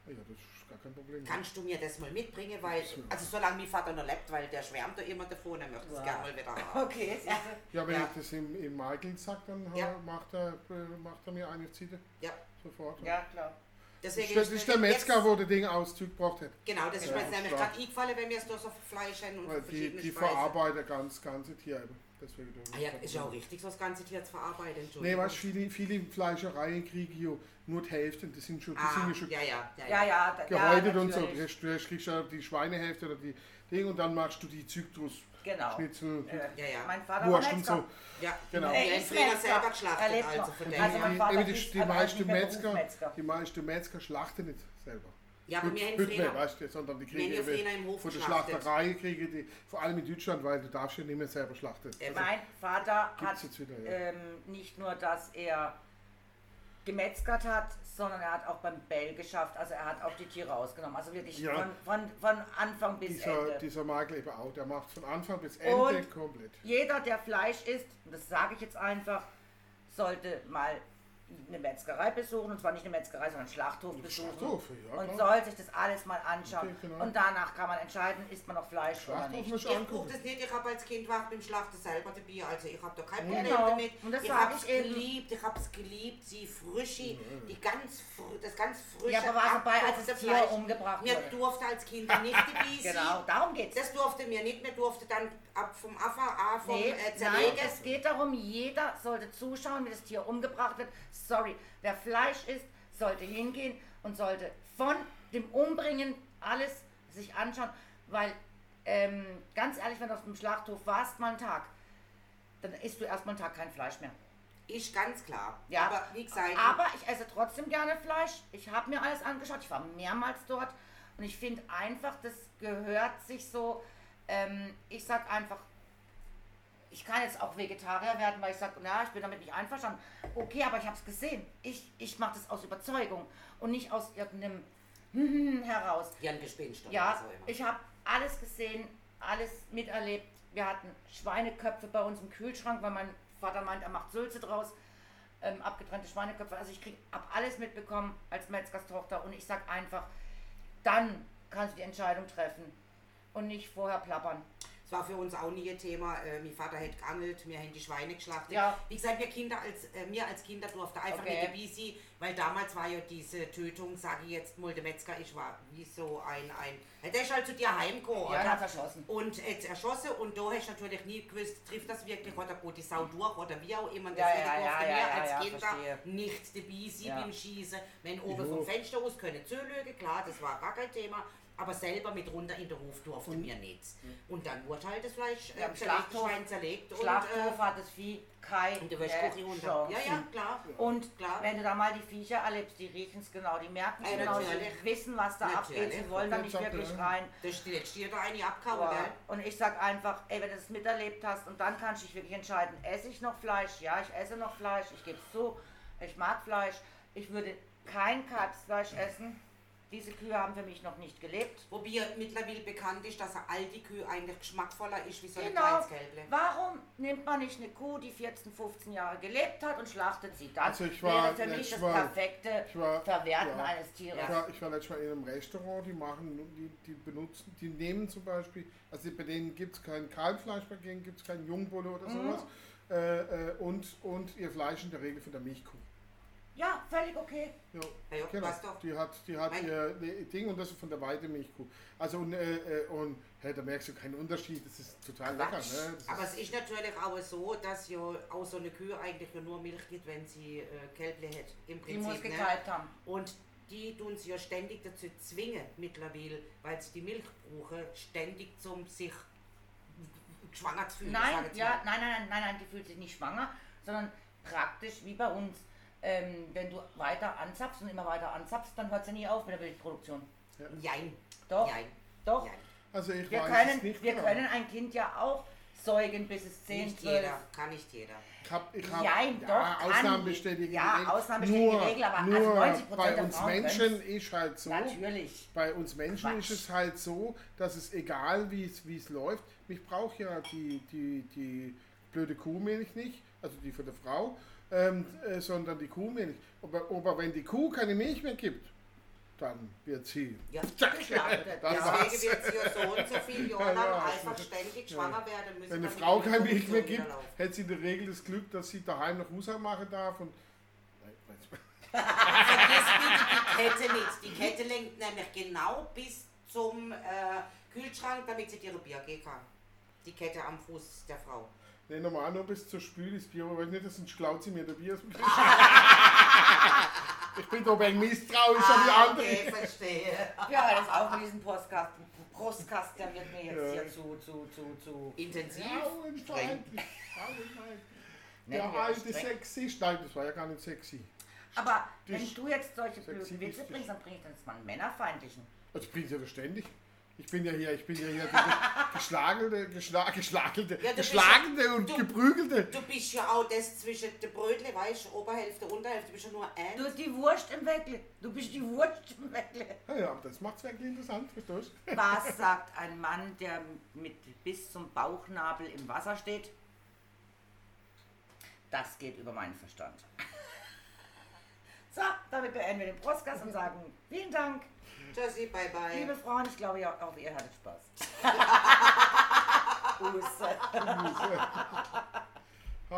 Ja, das ist gar kein Problem.
kannst du mir das mal mitbringen, weil, also solange mein Vater noch lebt, weil der schwärmt da immer davon, er möchte es
Wow.
gerne mal wieder haben.
Okay, jetzt ist er.
ja, wenn
Ja.
ich das im, im Michael sag, dann ha-
Ja.
macht, er, äh, macht er mir eine Zitte
Ja,
sofort.
Ja, klar.
deswegen
Das ist der Metzger,
jetzt-
wo der Ding Auszug braucht hat.
Genau, das ist mir
Ja,
jetzt nämlich
klar.
gerade eingefallen, wenn wir es da so verfleischen und
Weil
so
die,
verschiedene
die
Speisen.
verarbeiten ganz, ganze Tiere. Deswegen
Ah ja, ist ja auch richtig, so das ganze Tier zu verarbeiten,
Nee,
Entschuldigung.
weißt du, viele, viele Fleischereien kriegen hier nur die Hälfte. und Das sind schon, das
ah,
sind schon
ja, ja, ja,
Ja,
ja.
ja. da-
gehäutet
ja,
und so.
natürlich.
Du kriegst ja die Schweinehälfte oder die Ding und dann machst du die Zyklus.
Genau.
Schnitzel,
Äh,
Ja, ja.
Mein Vater
Wurst
war
und so.
Metzger.
Ja,
Genau.
Ja,
Er
ein
ist
Trainer
Metzger.
selber
Er
geschlachtet,
lebt
also
noch.
von
Also
dem
mein
her.
Vater
Eben die,
ist
die,
halt
aber auch
meisten
nicht mehr
Metzger,
Berufsmetzger.
die meisten Metzger schlachten nicht selber.
Ja, aber wir haben
Hüt-
Trainer.
Hütme, weißt du, sondern die kriegen
Wir haben Trainer im
ihre,
Hof
von der
geschlachtet.
Schlachterei kriegen die, vor allem in Deutschland, weil du darfst ja nicht mehr selber schlachten.
Eben.
Mein Vater
Gibt's
hat
jetzt wieder, ja.
äh,
ähm, nicht nur, dass er gemetzgert hat, sondern er hat auch beim Bell geschafft. Also er hat auch die Tiere ausgenommen. Also wirklich
Ja.
von, von, von Anfang bis
Dieser,
Ende.
dieser Michael eben auch, der macht von Anfang bis Ende
Und-
komplett.
Jeder, der Fleisch isst, und das sage ich jetzt einfach, sollte mal eine Metzgerei besuchen. Und zwar nicht eine Metzgerei, sondern einen Schlachthof besuchen.
Schlachthof, ja,
und
klar.
soll sich das alles mal anschauen.
Okay, genau.
Und danach kann man entscheiden, isst man noch Fleisch oder
Schlachthof
nicht.
musst du
Ich gucke
angucken.
das nicht, ich habe als Kind war beim Schlachten selber dabei, also ich habe da kein Problem
Genau.
damit.
Und das
ich
sag
habe es
ich eben.
geliebt, ich habe es geliebt, die frische, die ganz fr das ganz frische
Ja, aber war dabei, als das
abgekochte
Tier
Fleisch.
umgebracht
Mir
wurde.
durfte als Kind nicht dabei sein.
Genau, darum geht's.
Das durfte mir nicht, mir durfte dann ab vom Affa, A vom
Nee,
äh,
nein,
Zerleger.
es geht darum, jeder sollte zuschauen, wie das Tier umgebracht wird. Sorry, wer Fleisch isst, sollte hingehen und sollte von dem Umbringen alles sich anschauen, weil ähm, ganz ehrlich, wenn du auf dem Schlachthof warst, mal einen Tag, dann isst du erstmal einen Tag kein Fleisch mehr.
Ist ganz klar.
Ja,
aber wie gesagt,
Aber ich esse trotzdem gerne Fleisch. Ich habe mir alles angeschaut. Ich war mehrmals dort. Und ich finde einfach, das gehört sich so. Ähm, ich sag einfach, ich kann jetzt auch Vegetarier werden, weil ich sage, na, ich bin damit nicht einverstanden. Okay, aber ich habe es gesehen. Ich, ich mache das aus Überzeugung und nicht aus irgendeinem heraus.
Jan Gespinst oder
Ja,
so Also immer.
ich habe alles gesehen, alles miterlebt. Wir hatten Schweineköpfe bei uns im Kühlschrank, weil mein Vater meint, er macht Sülze draus. ähm, abgetrennte Schweineköpfe. Also ich kriege ab alles mitbekommen als Metzgerstochter und ich sag einfach, dann kannst du die Entscheidung treffen und nicht vorher plappern.
Es war für uns auch nie ein Thema. Äh, mein Vater hat geangelt, wir haben die Schweine geschlachtet.
Ja.
Wie gesagt, wir Kinder als, äh, mir als Kinder durfte einfach
Okay.
nicht dabei sein, weil damals war ja diese Tötung, sage ich jetzt mal, der Metzger, ich war wie so ein, ein, der ist halt zu dir heimgekommen,
Ja,
oder?
hat's erschossen.
Und jetzt erschossen und da hast du natürlich nie gewusst, trifft das wirklich oder geht die Sau durch oder wie auch immer. Und
Ja,
Deswegen
ja, ja,
durfte
ja,
mir
ja,
als
ja,
Kinder
verstehe.
nicht dabei sein
Ja.
beim Schießen. Wenn oben vom Fenster aus können zulögen, klar, das war gar kein Thema. Aber selber mit runter in den Hof durfte mir nicht. Und dann wurde halt das Fleisch
Ja,
ja,
im
zerlegt,
Schlachthof.
Schwein zerlegt und,
Schlachthof
äh,
hat das Vieh keine
und du wirst Kuchi runter.
Chance.
Ja, ja, klar.
Und
Klar.
wenn du da mal die Viecher erlebst, die riechen es genau, die merken es
Ey,
genau,
natürlich.
die wissen, was da
Natürlich.
abgeht, sie wollen da
Ja,
nicht
top,
wirklich
ja.
rein.
Da steht dir da eine abgehauen,
Boah.
gell?
Und ich sag einfach, ey, wenn du das miterlebt hast und dann kannst du dich wirklich entscheiden, esse ich noch Fleisch? Ja, ich esse noch Fleisch, ich gebe es zu, ich mag Fleisch. Ich würde kein Kalbsfleisch essen. Diese Kühe haben für mich noch nicht gelebt.
Wobei mittlerweile bekannt ist, dass all die Kühe eigentlich geschmackvoller ist wie so ein
Genau.
kleines Kälble.
Warum nimmt man nicht eine Kuh, die 14, 15 Jahre gelebt hat und schlachtet sie dann?
Also ich war-
wäre für mich
ich
das
war-
perfekte
ich war-
Verwerten
ja.
eines Tieres.
Ich war, ich war letztes Mal in einem Restaurant, die machen, die, die benutzen, die nehmen zum Beispiel, also bei denen gibt es kein Kalbfleisch, bei denen gibt es kein Jungbulle oder
Mhm.
sowas. Äh, äh, und, und ihr Fleisch in der Regel von der Milchkuh.
Ja, völlig okay.
Ja,
Ja, ja,
genau.
passt doch.
Die hat, die hat
Mein-
ihr ne- Ding und das ist von der Weidemilchkuh. Also und, äh, äh, und hey, da merkst du keinen Unterschied, das ist total lecker.
Quatsch.
Ne? Das
Aber
ist,
es ist natürlich auch so, dass ja auch so eine Kühe eigentlich ja nur Milch gibt, wenn sie äh, Kälble hat. Im
Die
Prinzip,
muss
ne?
gekalbt haben.
Und die tun sie ja ständig dazu zwingen, mittlerweile, weil sie die Milch brauchen, ständig zum sich schwanger zu fühlen. sag
Nein,
ich jetzt
ja,
mal.
nein, nein, nein, nein, nein, die fühlt sich nicht schwanger, sondern praktisch wie bei uns. Ähm, wenn du weiter anzapfst und immer weiter anzapfst, dann hört es ja nie auf mit der Milchproduktion.
Jein.
Doch,
Jein.
doch.
Jein.
also ich
Wir,
weiß es
können,
nicht
wir
genau.
können ein Kind ja auch säugen, bis es 10,
Nicht
12,
jeder, kann nicht jeder.
Ich hab, ich hab,
Jein,
ja,
doch, kann
Ausnahmen
die-
bestätigen.
ja,
die Regel.
Ausnahmen bestätigen die
nur,
Regel, aber
nur
also 90%
bei
der
uns
Frauen
Menschen ist halt so.
Natürlich.
Bei uns Menschen
Quatsch.
ist es halt so, dass es egal wie es wie es läuft, mich braucht ja die, die, die blöde Kuhmilch nicht, also die von der Frau, ähm, äh, sondern die Kuhmilch. Aber, aber wenn die Kuh keine Milch mehr gibt, dann wird sie.
Ja,
geschlachtet.
Das
Ja.
war's.
Deswegen wird sie ja so und so viele Jahre
Ja,
lang
ja.
einfach ständig schwanger werden müssen.
Wenn eine
damit
Frau
die
keine Milch mehr
Produktion
gibt,
wieder läuft.
hat sie in der Regel das Glück, dass sie daheim noch Haushalt machen darf und
Vergiss bitte die Kette nicht. Die Kette lenkt nämlich genau bis zum äh, Kühlschrank, damit sie ihre Bier gehen kann. Die Kette am Fuß der Frau.
Nee, normal nur bis zur Spül ist Bier, aber wenn nicht, das schlaut sie mir der Bier aus dem Tisch. Ich bin doch ein misstrauisch
Ah,
an die
okay,
anderen.
verstehe.
Ja, aber das auch mit diesem Postkasten. Brustkasten, der wird mir jetzt
Ja.
hier zu, zu, zu, zu.
Intensiv.
Frauenfeindlich, Frauenfeindlich.
Nenn
Der
mir
alte
streng.
sexy. Nein, das war ja gar nicht sexy.
Aber wenn
Dich-
du jetzt solche blöden Witze
sexistisch.
bringst, dann bringe ich dann mal einen männerfeindlichen.
Das bringt ja das ständig. Ich bin ja hier, ich bin ja hier die geschlagelte, geschla geschlagelte,
Ja, du bist
geschlagene
ja-
und
du-
geprügelte.
Du bist ja auch das zwischen der Brötle, weißt du, Oberhälfte, Unterhälfte, du bist ja nur ein.
Du die Wurst im Weckle. Du bist die Wurst im Weckle.
Ja, ja, aber das macht's wirklich interessant, verstehst du?
Was sagt ein Mann, der mit bis zum Bauchnabel im Wasser steht? Das geht über meinen Verstand. So, damit beenden wir den Podcast und sagen vielen Dank,
Tschüssi, bye bye.
liebe Frauen. Ich glaube, ihr- auch ihr hattet Spaß. Usse.